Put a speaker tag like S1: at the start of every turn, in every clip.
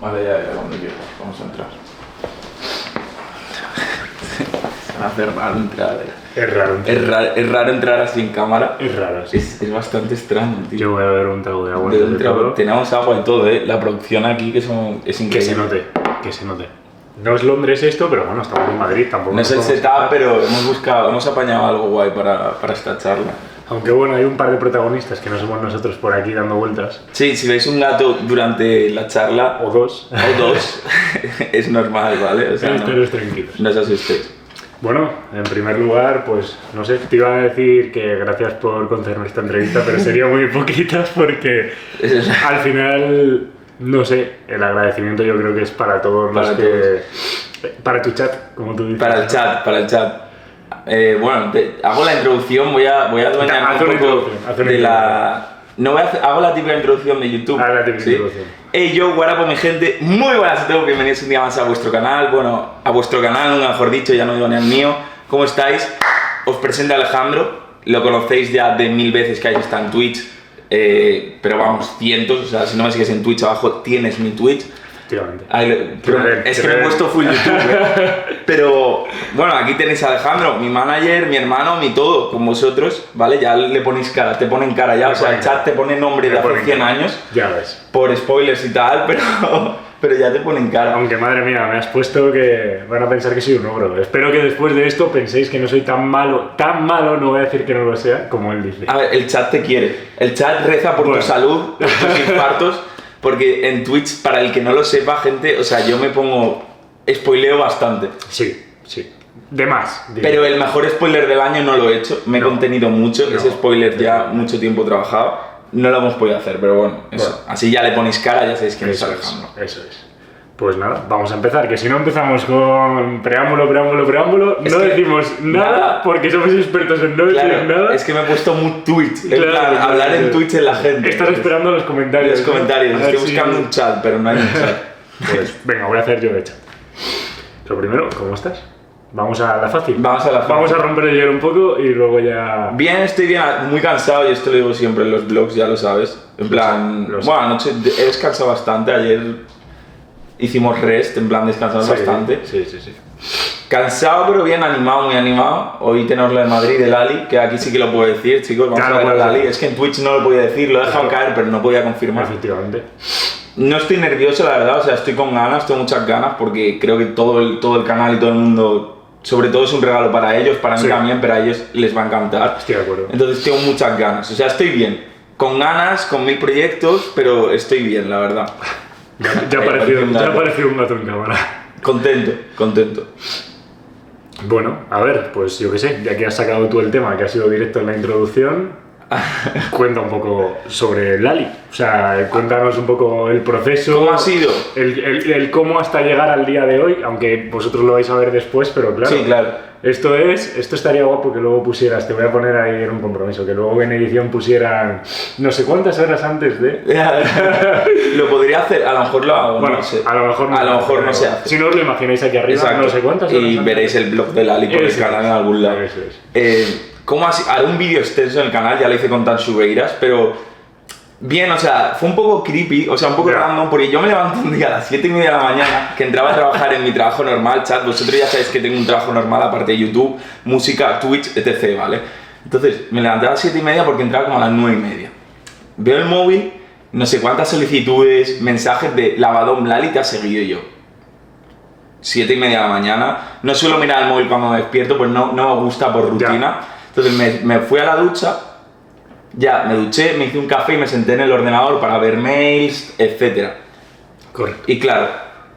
S1: Vale, ya, ya, cuando quieras. Vamos a entrar. Se me hace raro entrar. eh.
S2: Es raro. un-
S1: Es raro, es raro entrar así en cámara.
S2: Es raro, sí.
S1: Es, es bastante extraño, tío.
S2: Yo voy a beber un trago de agua.
S1: De
S2: antes de
S1: dentro
S2: todo.
S1: tenemos agua y todo, ¿eh? La producción aquí que son, es increíble.
S2: Que se note, que se note. No es Londres esto, pero bueno, estamos en Madrid tampoco.
S1: No es el
S2: nos podemos-
S1: setup, pero hemos buscado, hemos apañado algo guay para, para esta charla.
S2: Aunque bueno, hay un par de protagonistas que no somos nosotros por aquí dando vueltas.
S1: Sí, si veis un gato durante la charla,
S2: O dos.
S1: o dos, es normal, ¿vale? O sea, no,
S2: Estaros tranquilos.
S1: no os asustéis.
S2: Bueno, en primer lugar, pues no sé, te iba a decir que gracias por concederme esta entrevista, pero sería muy poquitas porque al final, no sé, el agradecimiento yo creo que es para todos
S1: Para
S2: los que. Eh, Para tu chat, como tú dices.
S1: Para el chat, para el chat. Eh, bueno, te- hago la introducción, voy a, voy a adueñarme
S2: Haz una
S1: un poco
S2: introducción, haz una
S1: de la... No voy a hacer- hago la típica introducción de YouTube.
S2: Haz la típica
S1: ¿sí?
S2: introducción.
S1: Hey yo, guarapo mi gente, muy buenas a todos, bienvenidos un día más a vuestro canal, bueno, a vuestro canal, mejor dicho, ya no digo ni al mío. ¿Cómo estáis? Os presento a Alejandro, lo conocéis ya de mil veces que ahí está en Twitch, eh, pero vamos, cientos, o sea, si no me sigues en Twitch abajo, tienes mi Twitch.
S2: Efectivamente.
S1: Ay, lo- pero
S2: Tremendo,
S1: es que me he
S2: tremendo.
S1: puesto full YouTube. ¿eh? Pero bueno, aquí tenéis a Alejandro, mi manager, mi hermano, mi todo, con vosotros, ¿vale? Ya le ponéis cara, te ponen cara ya,
S2: Me
S1: o sea, el
S2: ponen cara.
S1: chat te pone nombre
S2: Me
S1: de hace
S2: ponen
S1: 100
S2: cara.
S1: años
S2: Ya ves.
S1: por spoilers y tal, pero, pero ya te ponen cara.
S2: Aunque madre mía, me has puesto que van a pensar que soy un ogro. Espero que después de esto penséis que no soy tan malo, tan malo, no voy a decir que no lo sea, como él dice.
S1: A ver, el chat te quiere, el chat reza por
S2: Bueno.
S1: tu salud, por tus infartos, porque en Twitch, para el que no lo sepa, gente, o sea, yo me pongo, spoileo bastante.
S2: Sí, sí. De más. diría.
S1: Pero el mejor spoiler del año no lo he hecho, me he
S2: No.
S1: contenido mucho,
S2: No.
S1: ese spoiler ya mucho tiempo trabajado, no lo hemos podido hacer, pero bueno, eso.
S2: Bueno.
S1: así ya le ponéis cara, ya sabéis quién es
S2: Eso es,
S1: Alejandro.
S2: eso es. Pues nada, vamos a empezar, que si no empezamos con preámbulo, preámbulo, preámbulo,
S1: Es
S2: no
S1: que-
S2: decimos nada,
S1: nada.
S2: porque somos expertos en no decir
S1: Claro,
S2: nada.
S1: es que me he puesto muy Twitch, en
S2: Claro,
S1: plan,
S2: claro,
S1: hablar en
S2: claro.
S1: Twitch en la gente.
S2: Estás esperando los comentarios.
S1: los
S2: ¿no?
S1: comentarios,
S2: A ver
S1: estoy
S2: si-
S1: buscando un chat, pero no hay un chat.
S2: Pues venga, voy a hacer yo de chat. Lo primero, ¿cómo estás? Vamos a la fácil.
S1: Vamos a la fácil.
S2: Vamos a romper el hielo un poco y luego ya.
S1: Bien, estoy bien, muy cansado, y esto lo digo siempre en los blogs, ya lo sabes. En plan,
S2: lo sé.
S1: bueno, anoche he descansado bastante, ayer hicimos rest, en plan descansamos
S2: Sí,
S1: bastante.
S2: Sí, sí, sí.
S1: Cansado pero bien animado, muy animado. Hoy tenemos la de Madrid, del Ali, que aquí sí que lo puedo decir, chicos. Vamos
S2: Claro,
S1: a ver al
S2: claro.
S1: Ali. Es que en Twitch no lo podía decir, lo he dejado
S2: Claro.
S1: caer, pero no podía confirmar.
S2: Efectivamente.
S1: No estoy nervioso, la verdad, o sea, estoy con ganas, tengo muchas ganas, porque creo que todo el, todo el canal y todo el mundo, sobre todo es un regalo para ellos, para mí
S2: Sí.
S1: también, pero a ellos les va a encantar.
S2: Estoy de acuerdo.
S1: Entonces tengo muchas ganas, o sea, estoy bien. Con ganas, con mil proyectos, pero estoy bien, la verdad.
S2: Ya, ya ha
S1: Ahí
S2: aparecido,
S1: aparece un
S2: ya ha
S1: gato.
S2: aparecido un gato en cámara.
S1: Contento, contento.
S2: Bueno, a ver, pues yo qué sé, ya que has sacado tú el tema, que ha sido directo en la introducción, cuenta un poco sobre Lali. O sea, cuéntanos un poco el proceso.
S1: ¿Cómo ha sido?
S2: El, el- el cómo hasta llegar al día de hoy, aunque vosotros lo vais a ver después, pero claro.
S1: Sí, claro.
S2: Esto es, esto estaría guapo que luego pusieras, te voy a poner ahí en un compromiso, que luego en edición pusieran no sé cuántas horas antes de...
S1: lo podría hacer, a lo mejor lo hago,
S2: Bueno,
S1: no sé.
S2: a lo mejor no,
S1: A lo mejor no
S2: pero
S1: se hace.
S2: Si no os lo imagináis aquí arriba,
S1: Exacto.
S2: no sé cuántas horas
S1: Y
S2: antes.
S1: veréis el blog de Lali por el
S2: Eso
S1: canal
S2: es.
S1: en algún lado.
S2: Eso es.
S1: Eh, ¿Cómo así? Haré un vídeo extenso en el canal, ya lo hice con Tan Subeiras, pero. Bien, o sea, fue un poco creepy, o sea, un poco
S2: Ya.
S1: random, porque yo me levanto un día a las 7 y media de la mañana, que entraba a trabajar en mi trabajo normal, chat, vosotros ya sabéis que tengo un trabajo normal, aparte de YouTube, música, Twitch, etc, ¿vale? Entonces, me levanté a las 7 y media porque entraba como a las 9 y media. Veo el móvil, no sé cuántas solicitudes, mensajes de lavadón Lali te ha seguido y yo. Siete y media de la mañana. No suelo mirar el móvil cuando me despierto, pues no, no me gusta por
S2: Ya.
S1: rutina. Entonces me, me fui a la ducha, ya me duché, me hice un café y me senté en el ordenador para ver mails, etcétera.
S2: Correcto.
S1: Y claro,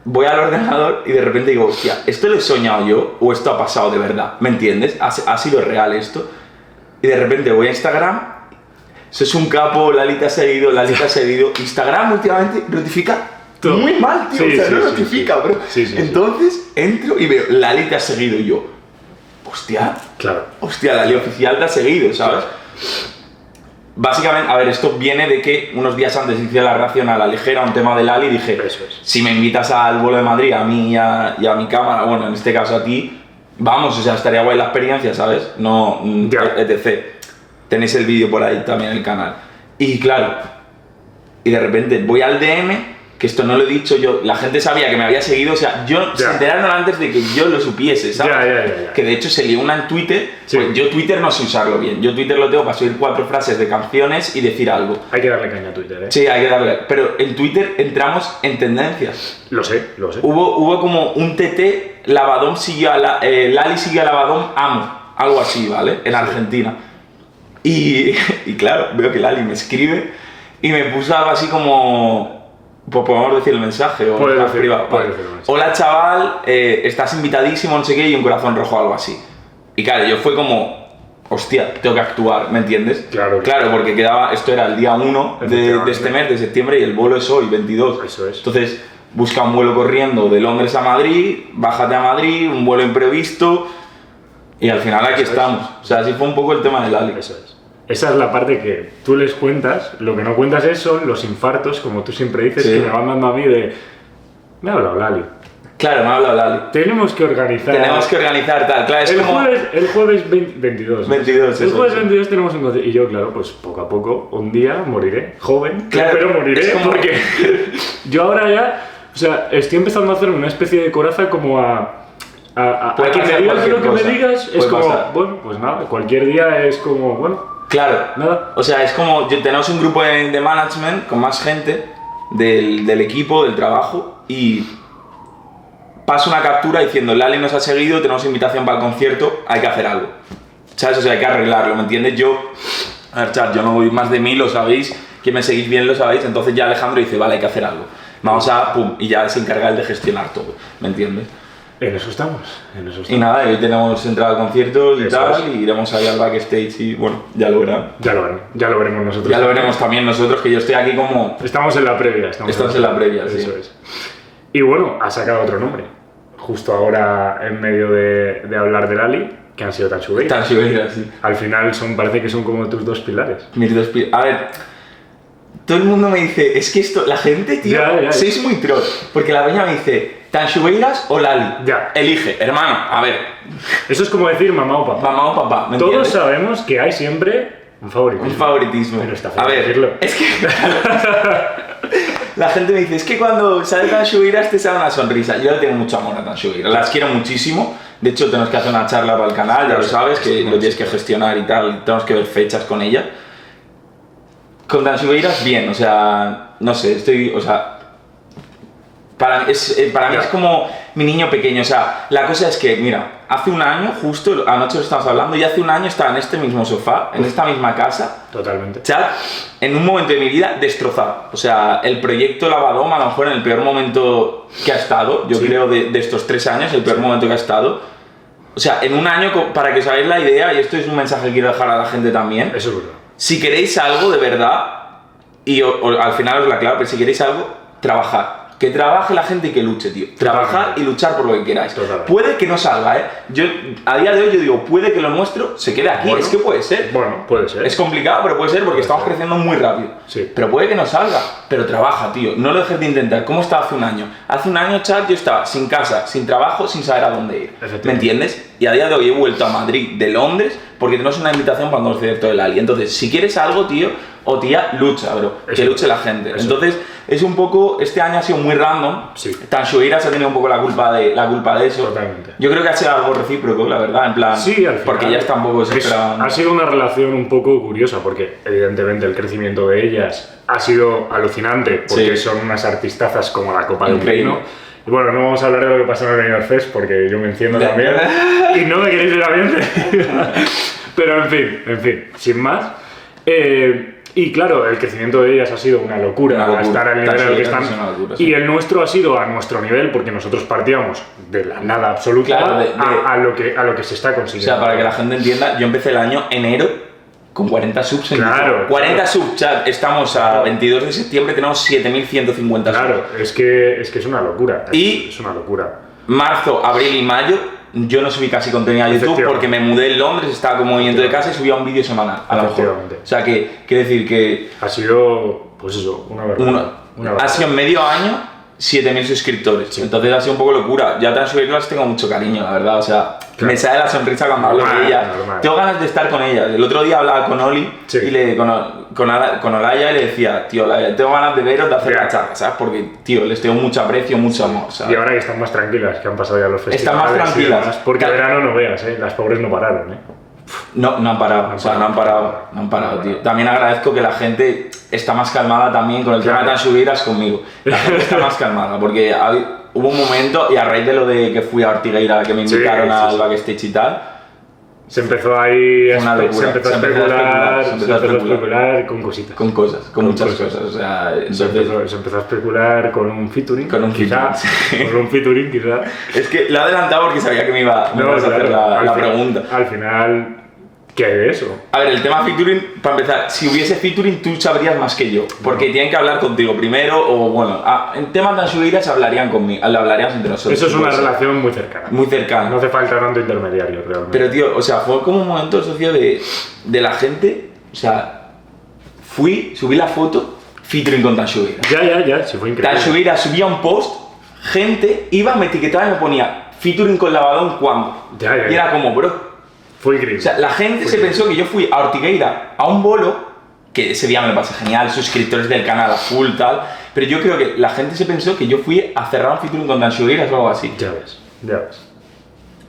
S1: voy al ordenador y de repente digo, hostia, ¿esto lo he soñado yo o esto ha pasado de verdad? ¿Me entiendes? ¿Ha, ha sido real esto? Y de repente voy a Instagram, sos un capo, Lali te ha seguido, Lali te ha seguido. Instagram últimamente notifica
S2: Todo.
S1: muy mal, tío,
S2: Sí,
S1: o sea,
S2: sí,
S1: no
S2: sí,
S1: notifica,
S2: sí.
S1: bro.
S2: Sí, sí, sí.
S1: Entonces entro y veo, Lali te ha seguido y yo, hostia,
S2: Claro.
S1: Hostia, la ley oficial te ha seguido, ¿sabes? Básicamente, a ver, esto viene de que unos días antes hice la reacción a la ligera, un tema del Ali, y dije,
S2: Eso es.
S1: si me invitas al vuelo de Madrid, a mí y a, y a mi cámara, bueno, en este caso a ti, vamos, o sea, estaría guay la experiencia, ¿sabes? No, mm,
S2: Ya.
S1: etc. Tenéis el vídeo por ahí también en el canal. Y claro, y de repente voy al DM que esto no lo he dicho yo, la gente sabía que me había seguido, o sea, yo se
S2: Ya.
S1: enteraron antes de que yo lo supiese, ¿sabes?
S2: Ya, ya, ya, ya.
S1: Que de hecho se lió una en Twitter,
S2: Sí.
S1: pues yo Twitter no sé usarlo bien, yo Twitter lo tengo para subir cuatro frases de canciones y decir algo.
S2: Hay que darle caña a Twitter, ¿eh?
S1: Sí, hay que darle, pero en Twitter entramos en tendencias.
S2: Lo sé, lo sé.
S1: Hubo, hubo como un TT, Lavadón siguió a la, eh, Lali siguió a Lavadón, amo, algo así, ¿vale? En Argentina. Y, y claro, veo que Lali me escribe y me puso algo así como. Pues podemos decir el mensaje o
S2: Puedes
S1: en
S2: decir-
S1: privado,
S2: puedes
S1: vale.
S2: decir el mensaje.
S1: Hola chaval, eh, estás invitadísimo, no sé qué, y un corazón rojo, algo así. Y claro, yo fue como. Hostia, tengo que actuar, ¿me entiendes?
S2: Claro.
S1: Claro, porque quedaba, esto era el día 1 de, de este
S2: Efectivamente.
S1: mes de septiembre y el vuelo es hoy, 22.
S2: Eso es.
S1: Entonces, busca un vuelo corriendo de Londres a Madrid, bájate a Madrid, un vuelo imprevisto y al final aquí
S2: Eso es.
S1: estamos. O sea, así fue un poco el tema del Ali.
S2: Eso es. Esa es la parte que tú les cuentas, lo que no cuentas es son los infartos, como tú siempre dices,
S1: Sí.
S2: que me van dando a mí de... Me ha hablado Lali.
S1: Claro, me ha hablado el Ali.
S2: Tenemos que organizar...
S1: Tenemos que organizar tal, claro, es
S2: el,
S1: como...
S2: jueves, el jueves 20 22.
S1: 22,
S2: El
S1: eso,
S2: jueves
S1: sí.
S2: 22 tenemos un concierto. Y yo, claro, pues poco a poco, un día moriré, joven,
S1: Claro,
S2: pero moriré
S1: es como-
S2: porque yo ahora ya, o sea, estoy empezando a hacer una especie de coraza como a... A, a- a
S1: Puede
S2: que me
S1: pasar
S2: digas lo
S1: cualquier
S2: que me
S1: cosa.
S2: digas, es
S1: Puede
S2: como,
S1: pasar.
S2: bueno, pues nada, cualquier día es como, bueno,
S1: Claro.
S2: nada.
S1: O sea, es como, yo- tenemos un grupo de, de management con más gente del, del equipo, del trabajo, y pasa una captura diciendo, Lali nos ha seguido, tenemos invitación para el concierto, hay que hacer algo. ¿Sabes? O sea, hay que arreglarlo, ¿me entiendes? Yo, a ver, chat, yo no voy más de mí, lo sabéis, que me seguís bien, lo sabéis, entonces ya Alejandro dice, vale, hay que hacer algo. Vamos a, pum, y ya se encarga él de gestionar todo, ¿me entiendes?
S2: En eso estamos, en eso
S1: Y
S2: estamos.
S1: nada, y hoy tenemos entrada al concierto y
S2: Eso
S1: tal,
S2: es.
S1: y iremos ahí al backstage y bueno, ya lo verán.
S2: Ya lo, veremos, ya lo veremos nosotros.
S1: Ya lo veremos también nosotros, que yo estoy aquí como...
S2: Estamos en la previa. Estamos,
S1: Estamos en la previa, sí.
S2: Eso es. Y bueno, ha sacado otro nombre. Justo ahora, en medio de, de hablar del Ali, que han sido tan subidos.
S1: Tan Siberia, sí.
S2: Al final son, parece que son como tus dos pilares.
S1: Mis dos pi- A ver, todo el mundo me dice, es que esto, la gente, tío,
S2: Ya, ya, ya.
S1: sois muy troll. Porque la peña me dice, ¿Tan Shubeiras o Lali?
S2: Ya.
S1: Elige, hermano, a ver,
S2: Eso es como decir mamá o papá.
S1: mamá o papá, ¿me
S2: Todos
S1: entiendes?
S2: sabemos que hay siempre un favorito.
S1: Un favoritismo.
S2: Pero está feo
S1: a ver,
S2: decirlo.
S1: es que... La gente me dice, es que cuando sale Tan Shubeiras te sale una sonrisa. Yo le tengo mucho amor a Tan Shubeiras, las quiero muchísimo. De hecho, tenemos que hacer una charla para el canal, ya lo sabes, que lo tienes que gestionar y tal, tenemos que ver fechas con ella. Con Dan Silveiras, bien, o sea, no sé, estoy, o sea, para, es, eh, para mí es como mi niño pequeño, o sea, la cosa es que, mira, hace un año, justo anoche lo estamos hablando, y hace un año estaba en este mismo sofá, en esta misma casa,
S2: Totalmente.
S1: chat, en un momento de mi vida destrozado, o sea, el proyecto Lavadoma, a lo mejor en el peor momento que ha estado, yo
S2: Sí.
S1: creo de, de estos tres años, el peor
S2: Sí.
S1: momento que ha estado, o sea, en un año, co- para que os hagáis la idea, y esto es un mensaje que quiero dejar a la gente también,
S2: Eso es verdad.
S1: si queréis algo de verdad, y o- o- al final os la clave, pero si queréis algo, trabajar. Que trabaje la gente y que luche, tío. Trabajar
S2: Totalmente.
S1: y luchar por lo que queráis.
S2: Totalmente.
S1: Puede que no salga, ¿eh? Yo, a día de hoy yo digo, puede que lo nuestro se quede aquí.
S2: Bueno.
S1: es que puede ser.
S2: Bueno, puede ser.
S1: Es complicado, pero puede ser porque
S2: Puede
S1: estamos
S2: ser.
S1: creciendo muy rápido.
S2: Sí.
S1: Pero puede que no salga. Pero trabaja, tío. No lo dejes de intentar. ¿Cómo estaba hace un año? Hace un año, chat, yo estaba sin casa, sin trabajo, sin saber a dónde ir.
S2: Efectivamente.
S1: ¿Me entiendes? Y a día de hoy he vuelto a Madrid de Londres porque tenemos una invitación para un concierto del Ali. Entonces, si quieres algo, tío, o tía, lucha, bro.
S2: Eso.
S1: Que luche la gente.
S2: Eso.
S1: Entonces, es un poco. Este año ha sido muy random.
S2: Sí.
S1: Tan Shuiras ha tenido un poco la culpa de, la culpa de eso.
S2: Totalmente.
S1: Yo creo que ha sido algo recíproco, la verdad. En plan.
S2: Sí, al final.
S1: Porque ellas tampoco se
S2: Es-
S1: esperaban.
S2: Ha sido una relación un poco curiosa, porque evidentemente el crecimiento de ellas ha sido alucinante,
S1: Sí.
S2: porque son unas artistazas como la Copa de un
S1: Increíble.
S2: Pino. Y bueno, no vamos a hablar de lo que pasó en el New York Fest, porque yo me enciendo
S1: Ya.
S2: también. y no me queréis ver a bien. Pero en fin, en fin, sin más. Eh, y claro, el crecimiento de ellas ha sido una locura,
S1: Una locura.
S2: estar al nivel
S1: Tan
S2: al que
S1: solo
S2: están.
S1: es una locura, sí.
S2: y el nuestro ha sido a nuestro nivel, porque nosotros partíamos de la nada absoluta
S1: Claro, de- de-
S2: a- a, lo que, a lo que se está
S1: O
S2: consiguiendo.
S1: sea, para que la gente entienda, yo empecé el año enero con 40 subs en
S2: Claro,
S1: YouTube. 40
S2: claro.
S1: subs, chat. Estamos a 22 de septiembre, tenemos 7.150 subs.
S2: Claro, es que es, que es una locura. es-
S1: Y-
S2: es una locura.
S1: Marzo, abril y mayo, yo no subí casi contenido a YouTube
S2: Efectivamente.
S1: porque me mudé en Londres, estaba como movimiento de casa y subía un vídeo semanal, a lo mejor.
S2: Efectivamente.
S1: O sea, que quiere decir que
S2: Ha sido, pues eso, una verdad.
S1: uno-
S2: una verdad.
S1: ha sido medio año 7.000 suscriptores. Entonces ha sido un poco locura. Ya tan subirlas tengo mucho cariño, la verdad. O sea,
S2: Claro.
S1: me sale la sonrisa cuando hablo
S2: Normal,
S1: de ellas.
S2: normal.
S1: Tengo ganas de estar con ellas. El otro día hablaba con Oli
S2: Sí.
S1: y le, con, con, Ala- con Olaya y le decía, tío, Olaya, tengo ganas de veros de hacer
S2: Ya.
S1: la charla, ¿sabes? Porque, tío, les tengo mucho aprecio, mucho amor,
S2: Y
S1: ¿sabes?
S2: ahora que están más tranquilas, que han pasado ya los festivales.
S1: Están más
S2: y
S1: tranquilas.
S2: demás, porque
S1: Claro.
S2: verano no veas, ¿eh? Las pobres no pararon, ¿eh?
S1: No, no han parado,
S2: No
S1: o sea,
S2: han
S1: no han
S2: parado.
S1: parado, no han parado,
S2: No han
S1: tío.
S2: parado.
S1: También agradezco que la gente está más calmada también con el tema de
S2: Claro.
S1: tan subidas conmigo. La gente está más calmada, porque hab- hubo un momento, y a raíz de lo de que fui a Ortigueira, que me
S2: Sí,
S1: invitaron
S2: sí, sí.
S1: al backstage y tal,
S2: Se empezó ahí. a
S1: Una
S2: espe-
S1: locura.
S2: Se empezó a
S1: Se empezó a
S2: especular.
S1: especular,
S2: Se empezó a especular con cositas.
S1: con cosas, con,
S2: Con
S1: muchas
S2: cosas.
S1: cosas, o sea,
S2: se,
S1: entonces...
S2: empezó, se empezó a especular con un featuring.
S1: Con un
S2: quizá,
S1: featuring, sí.
S2: Con un featuring, quizá.
S1: Es que la he adelantado porque sabía que me iba me ibas a hacer
S2: claro,
S1: la,
S2: al
S1: la
S2: fin-
S1: pregunta.
S2: Al final, ¿qué hay de eso?
S1: A ver, el tema featuring, para empezar, si hubiese featuring tú sabrías más que yo, porque tienen que hablar contigo primero o bueno, ah, en temas tan subidas hablarían conmigo, lo hablaríamos entre nosotros.
S2: Eso es una
S1: pues,
S2: relación muy cercana.
S1: muy cercana.
S2: No hace falta tanto intermediario, realmente.
S1: Pero tío, o sea, fue como un momento socio de, de la gente, o sea, fui, subí la foto, featuring con tan subida.
S2: ya, ya, ya, sí, fue
S1: Tan
S2: increíble.
S1: subida, subía un post, gente iba, me etiquetaba y me ponía featuring con lavadón cuando.
S2: Ya, Pues ya,
S1: Y era
S2: ya.
S1: como, bro,
S2: Fue increíble.
S1: O sea, la gente
S2: Fue
S1: se
S2: increíble.
S1: pensó que yo fui a Ortigueira a un bolo, que ese día me lo pasé genial, suscriptores del canal a full, tal. Pero yo creo que la gente se pensó que yo fui a cerrar un featuring con Dan Sugueiras o algo así.
S2: Ya ves, ya ves.